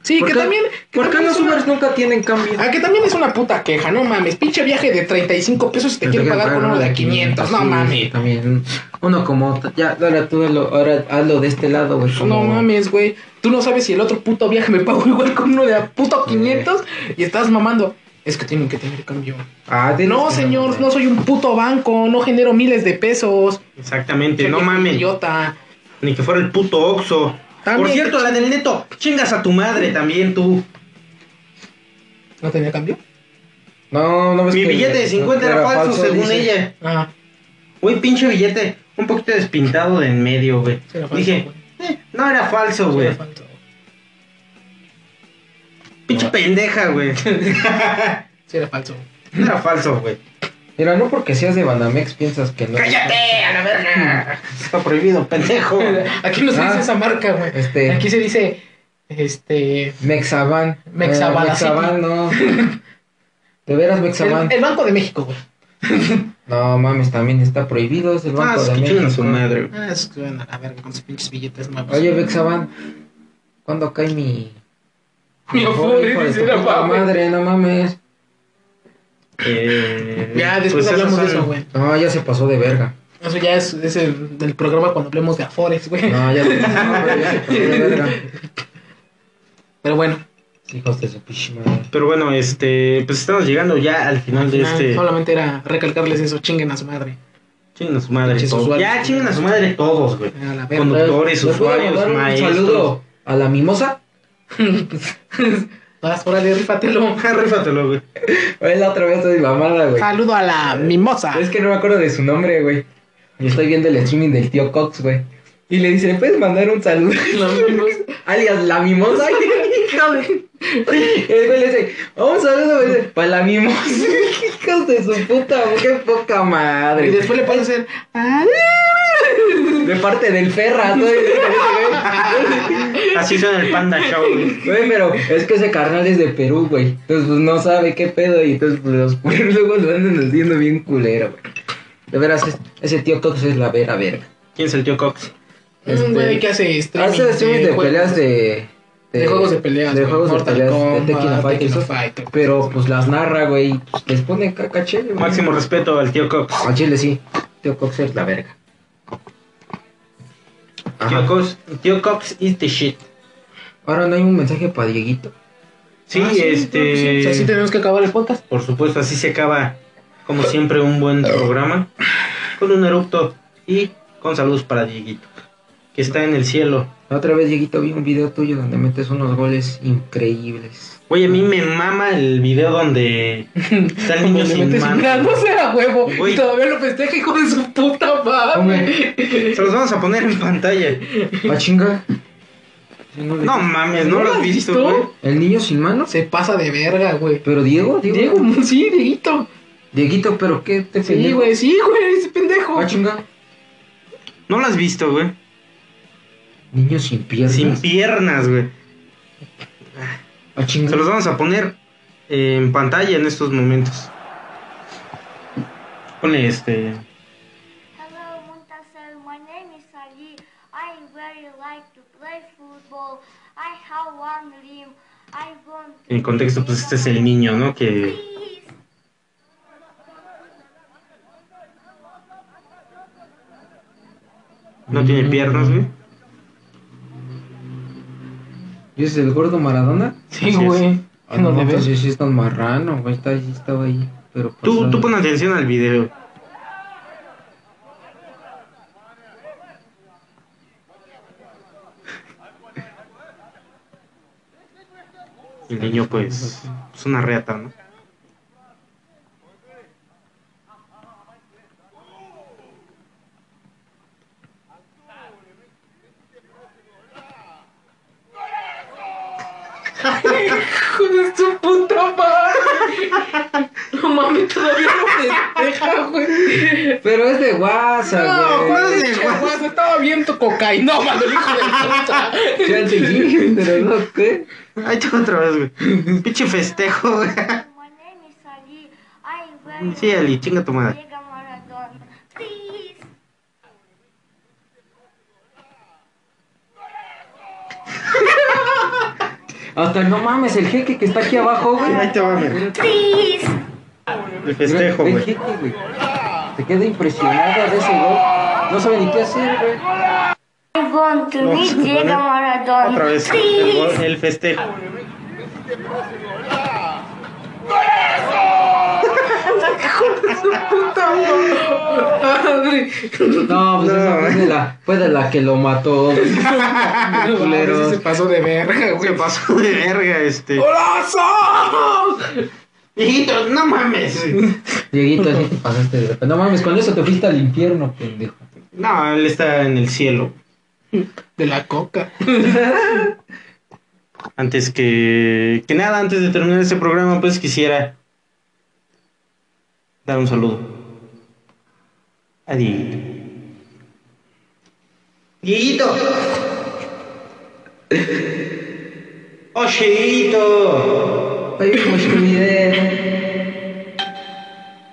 B: Sí,
C: ¿Por
B: que
C: qué-
B: también. que
C: ¿Por qué
B: también
C: los
B: es una-
C: Ubers nunca tienen cambio?
B: Ah, que también es una puta queja, no mames. Pinche viaje de 35 pesos y te quieren pagar con uno de 500, no
C: Sí,
B: mames.
C: También, uno como, ya, ahora tú hazlo, ahora hazlo de este lado, güey.
B: No
C: como-
B: mames, güey. Tú no sabes si el otro puto viaje me pago igual con uno de a puto 500 y estás mamando. Es que tienen que tener cambio.
C: Ah, tienes
B: No,
C: que-
B: señor, no soy un puto banco, no genero miles de pesos.
A: Exactamente,
B: Soy
A: no
B: un
A: mames.
B: Idiota.
A: Ni que fuera el puto Oxxo. Por
B: También-
A: cierto, la del neto, chingas a tu madre también tú.
B: ¿No tenía cambio?
C: No,
B: Pues
C: no ves
A: Mi
C: que-
A: billete de 50 era falso, según
C: dice.
A: ella.
B: Ah,
A: Güey, pinche billete, un poquito despintado de en medio, güey.
B: sí era falso,
A: Dije,
B: güey.
A: eh, no era falso,
B: Sí
A: güey.
B: era falso.
A: Pinche pendeja, güey.
B: Sí era falso.
A: No era falso, güey.
C: Mira, no porque seas de Banamex piensas que no.
A: ¡Cállate, a la verga! Está prohibido, pendejo.
B: Aquí no se
C: Ah.
B: dice esa marca, güey.
C: Este-
B: Aquí se dice, este,
C: Mexaban.
B: Mexaban,
C: Eh, Mexaban, no. De veras, Mexaban.
B: el, el Banco de México, güey.
C: No mames, también está prohibido. Es el
A: Ah,
C: banco
A: es
C: de
A: que chingan a su
C: México.
A: madre, güey.
B: Ah, es que van a la verga con sus pinches billetes nuevos.
C: Oye, Mexaban, ¿cuándo cae mi.
B: Mi
C: Joder,
B: Afore,
C: hijo de
B: dice
C: tu
B: la
C: puta
B: madre.
C: madre, no mames.
A: Eh,
B: Ya,
A: pues
B: después
A: esas
B: hablamos de
A: son-
B: eso, güey.
C: No, ya se pasó de verga.
B: Eso ya es, es el, del programa cuando hablemos de Afores, güey.
A: Ah.
C: No, ya se pasó, pero ya se pasó de verga.
B: Pero bueno,
C: Hijos de su pinche madre.
A: Pero bueno, este, pues estamos llegando ya al final de
B: nada,
A: este.
B: solamente era recalcarles eso, chinguen a su madre.
A: Chingan a su madre
B: Pinches
A: todos.
B: usuarios.
A: Ya, chingan a su madre todos, güey.
B: A la verga.
A: Conductores,
C: ¿Le puedo
A: usuarios,
C: mandar un
A: maestros.
C: saludo a la mimosa.
B: Vas, órale, rífatelo.
A: Rífatelo, güey.
C: Oye, la otra vez estoy mamada, güey.
B: Saludo a la mimosa.
C: Es que no me acuerdo de su nombre, güey. Yo estoy viendo el streaming del tío Cox, güey. Y le dice, ¿le puedes mandar un saludo?
B: La mimosa.
C: Alias la mimosa. Hija de- El güey le dice, "Oh, un saludo, güey. Para la mimosa. Hijos de su puta, güey, qué poca
B: Y
C: madre.
B: después le puedes hacer. "Ah".
C: De parte del ferra, todo
A: Así son el Panda Show, güey.
C: Güey, pero es que ese carnal es de Perú, güey. Entonces, pues no sabe qué pedo. Y entonces, pues los pueblos luego lo andan haciendo bien culero, güey. De veras, es- ese tío Cox es la vera verga.
A: ¿Quién es el tío Cox?
C: Este-
B: Un güey que hace streaming.
C: Hace streaming de,
B: juegos.
C: peleas de,
B: De, juegos de peleas.
C: De
B: güey.
C: juegos de
B: Mortal
C: peleas
B: Kombat,
C: de Tekken Fight.
B: Tekken
C: eso.
B: Fighter.
C: Pero pues las narra, güey. y, Pues, les pone caca chévere, güey.
A: Máximo respeto al tío Cox.
C: Al chile sí. Tío Cox es la verga.
A: Tío
C: Ajá.
A: Cox, tío Cox is the shit.
C: Ahora no hay un mensaje para Dieguito.
A: Sí,
B: Ah,
A: este.
B: sí, sí, así tenemos que acabar el podcast.
A: Por supuesto, así se acaba, como siempre, un buen programa. Con un erupto y con saludos para Dieguito, que está en el cielo.
C: La otra vez, Dieguito, vi un video tuyo donde metes unos goles increíbles.
A: Oye, a mí me mama el video donde está el niño
B: Le
A: sin
B: metes un
A: mano.
B: grano, sea huevo.
A: Güey.
B: Y todavía lo festeja, hijo de su puta madre.
A: Se los vamos a poner en pantalla.
C: ¿A chinga? Yo no le-
A: No mames, no,
B: ¿No
A: lo has visto, güey.
C: ¿El niño sin manos?
B: Se pasa de verga, güey.
C: Pero Diego, Diego.
B: Diego, sí, Dieguito.
C: Dieguito, ¿pero qué te
B: Sí,
C: pendejo?
B: güey, sí, güey, ese pendejo.
C: ¿A Ah, chinga?
A: No lo has visto, güey.
C: Niño sin piernas.
A: Sin piernas, güey.
C: ¿A Ah, chinga?
A: Se los vamos a poner eh, en pantalla en estos momentos. Pone este.
E: Hello, Muntasel. My name is Ali. I very like to play football. I have one dream. I want to
A: En contexto, pues este es el niño, ¿no? Que
E: Please.
A: no tiene piernas, güey.
C: ¿Y es el gordo Maradona?
B: Sí,
A: Así es.
B: güey.
C: Ah,
B: No
C: no,
B: le
C: pues
B: ves.
C: sí, sí es tan marrano, güey. Está, sí estaba ahí. Pero
A: Tú,
C: pasado.
A: tú pon atención al video. El niño, pues, es una reata, ¿no?
B: Hijo de su puta madre. No mames, todavía lo festeja, güey.
C: Pero es de WhatsApp,
B: No,
C: güey.
B: ¿cuál es el guaso? Estaba bien tu cocaína, mano, hijo de puta.
C: Ya te dije, pero no, ¿qué?
A: Ahí te va otra vez, güey. Pinche festejo, güey.
E: My name is Ali. I very
A: Sí, Ali, chinga tu
E: like
A: madre.
E: Diego Maradona. Please.
C: Hasta no mames, el jeque que está aquí abajo, güey.
A: Ahí te va, güey.
E: Please.
A: El festejo,
C: El
A: güey.
C: jeque, güey. Se queda impresionado de ese gol. No sabe ni qué hacer, güey.
E: I want to
A: Vamos a
E: meet
A: poner
E: Diego Maradona.
A: Otra vez, el,
E: Please.
A: gol- el festejo.
B: puta madre.
C: No, pues
A: No,
C: esa fue
A: güey.
C: de, la, fue de la que lo mató.
B: No,
C: Culeros.
B: mames, se pasó de verga, güey.
A: Se pasó de verga, este.
B: ¡Golazo!
A: Hijitos, no mames.
C: Dieguito, así te pasaste de verga. No mames, con eso te fuiste al infierno, pendejo.
A: No, él está en el cielo.
B: De la coca.
A: Antes que, que nada, antes de terminar este programa, pues quisiera dar un saludo. A Dieguito. ¡Dieguito! ¡Oye, Oh, Dieguito!
C: Ay, como yo olvidé.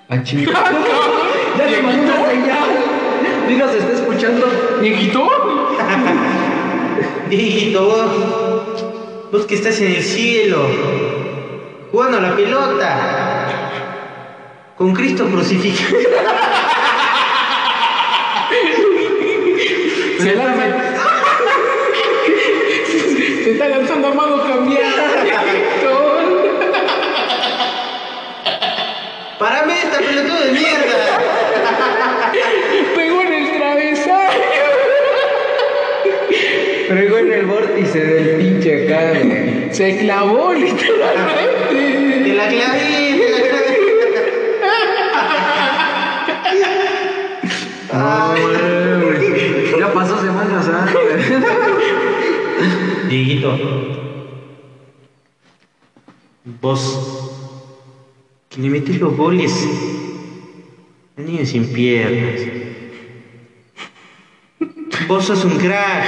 C: Ah, chinga. ya le mandó una señal. Diga, se está escuchando.
B: ¿Viejito?
A: Dieguito, vos que estás en el cielo, jugando a la pelota, con Cristo crucificado.
B: Se lanza. Se está lanzando a mano cambiada. viejito.
A: ¡Parame esta pelotuda de mierda!
B: Pegó en el travesaño.
C: Pregó en el vórtice del pinche acá, güey.
B: Se clavó literalmente.
A: Te la clavé, te la clavé.
C: Ay, Ah, Ya pasó semanas, ¿ah?
A: Dieguito. Vos. Que le metes los goles. El niño sin piernas. Vos sos un crack.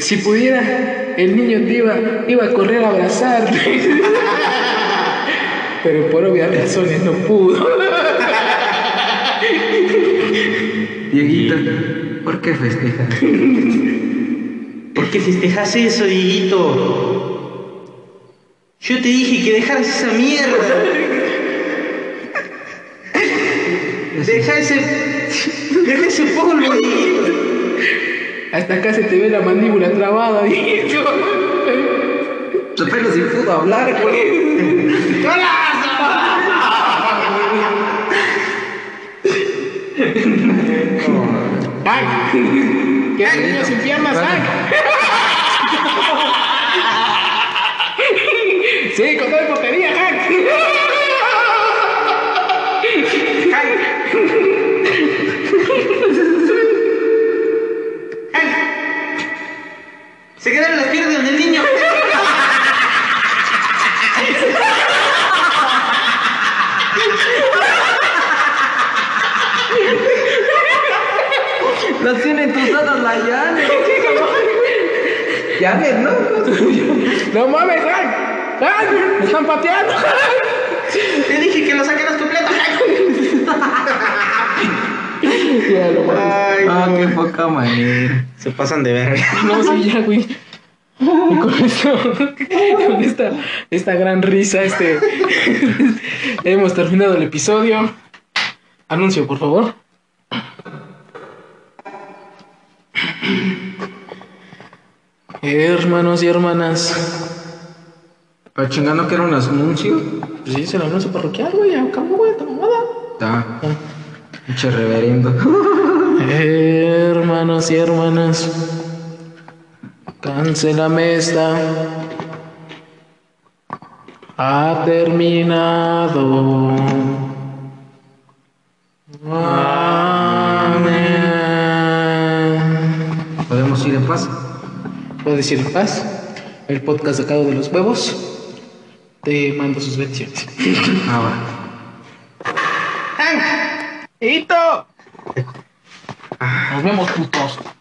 B: Si pudiera, el niño te iba, iba a correr a abrazarte. Pero por obvias razones no pudo.
C: Dieguito, ¿por qué festejas?
A: ¿Por qué festejas eso, Dieguito? Yo te dije que dejaras esa mierda. Deja ese. Deja ese polvo, Dieguito.
B: Hasta acá se te ve la mandíbula trabada, viejito.
C: Apenas si pudo hablar, güey.
B: ¡Ay! ¡Qué niño sin piernas, ay! Sí, con todo el portería, Hank.
A: Se quedaron las piernas del niño.
C: Las tiene entusadas la llave. Ya ves, ¿no?
B: No mames, Hank. Hank, me están pateando.
A: Te dije que lo sacaras completo.
B: Ya lo mames.
A: Ay,
C: Ah, qué poca manera.
A: Se pasan de verga.
B: No, sí, ya, güey. Y con esto, con esta, esta gran risa, este, hemos terminado el episodio. Anuncio, por favor. Hermanos y hermanas,
C: Pero chingando que era un anuncio.
B: pues sí, se lo anuncio parroquial, güey, acabó, güey, esta mamada.
C: Está. Pinche reverendo.
B: Hermanos y hermanas, cancelame esta. Ha terminado. Amén.
C: Podemos ir en paz.
B: Puedo decir en paz. El podcast sacado de los huevos. Te mando sus bendiciones.
C: Ah, va.
B: ¡Hito! Nos vemos, putos.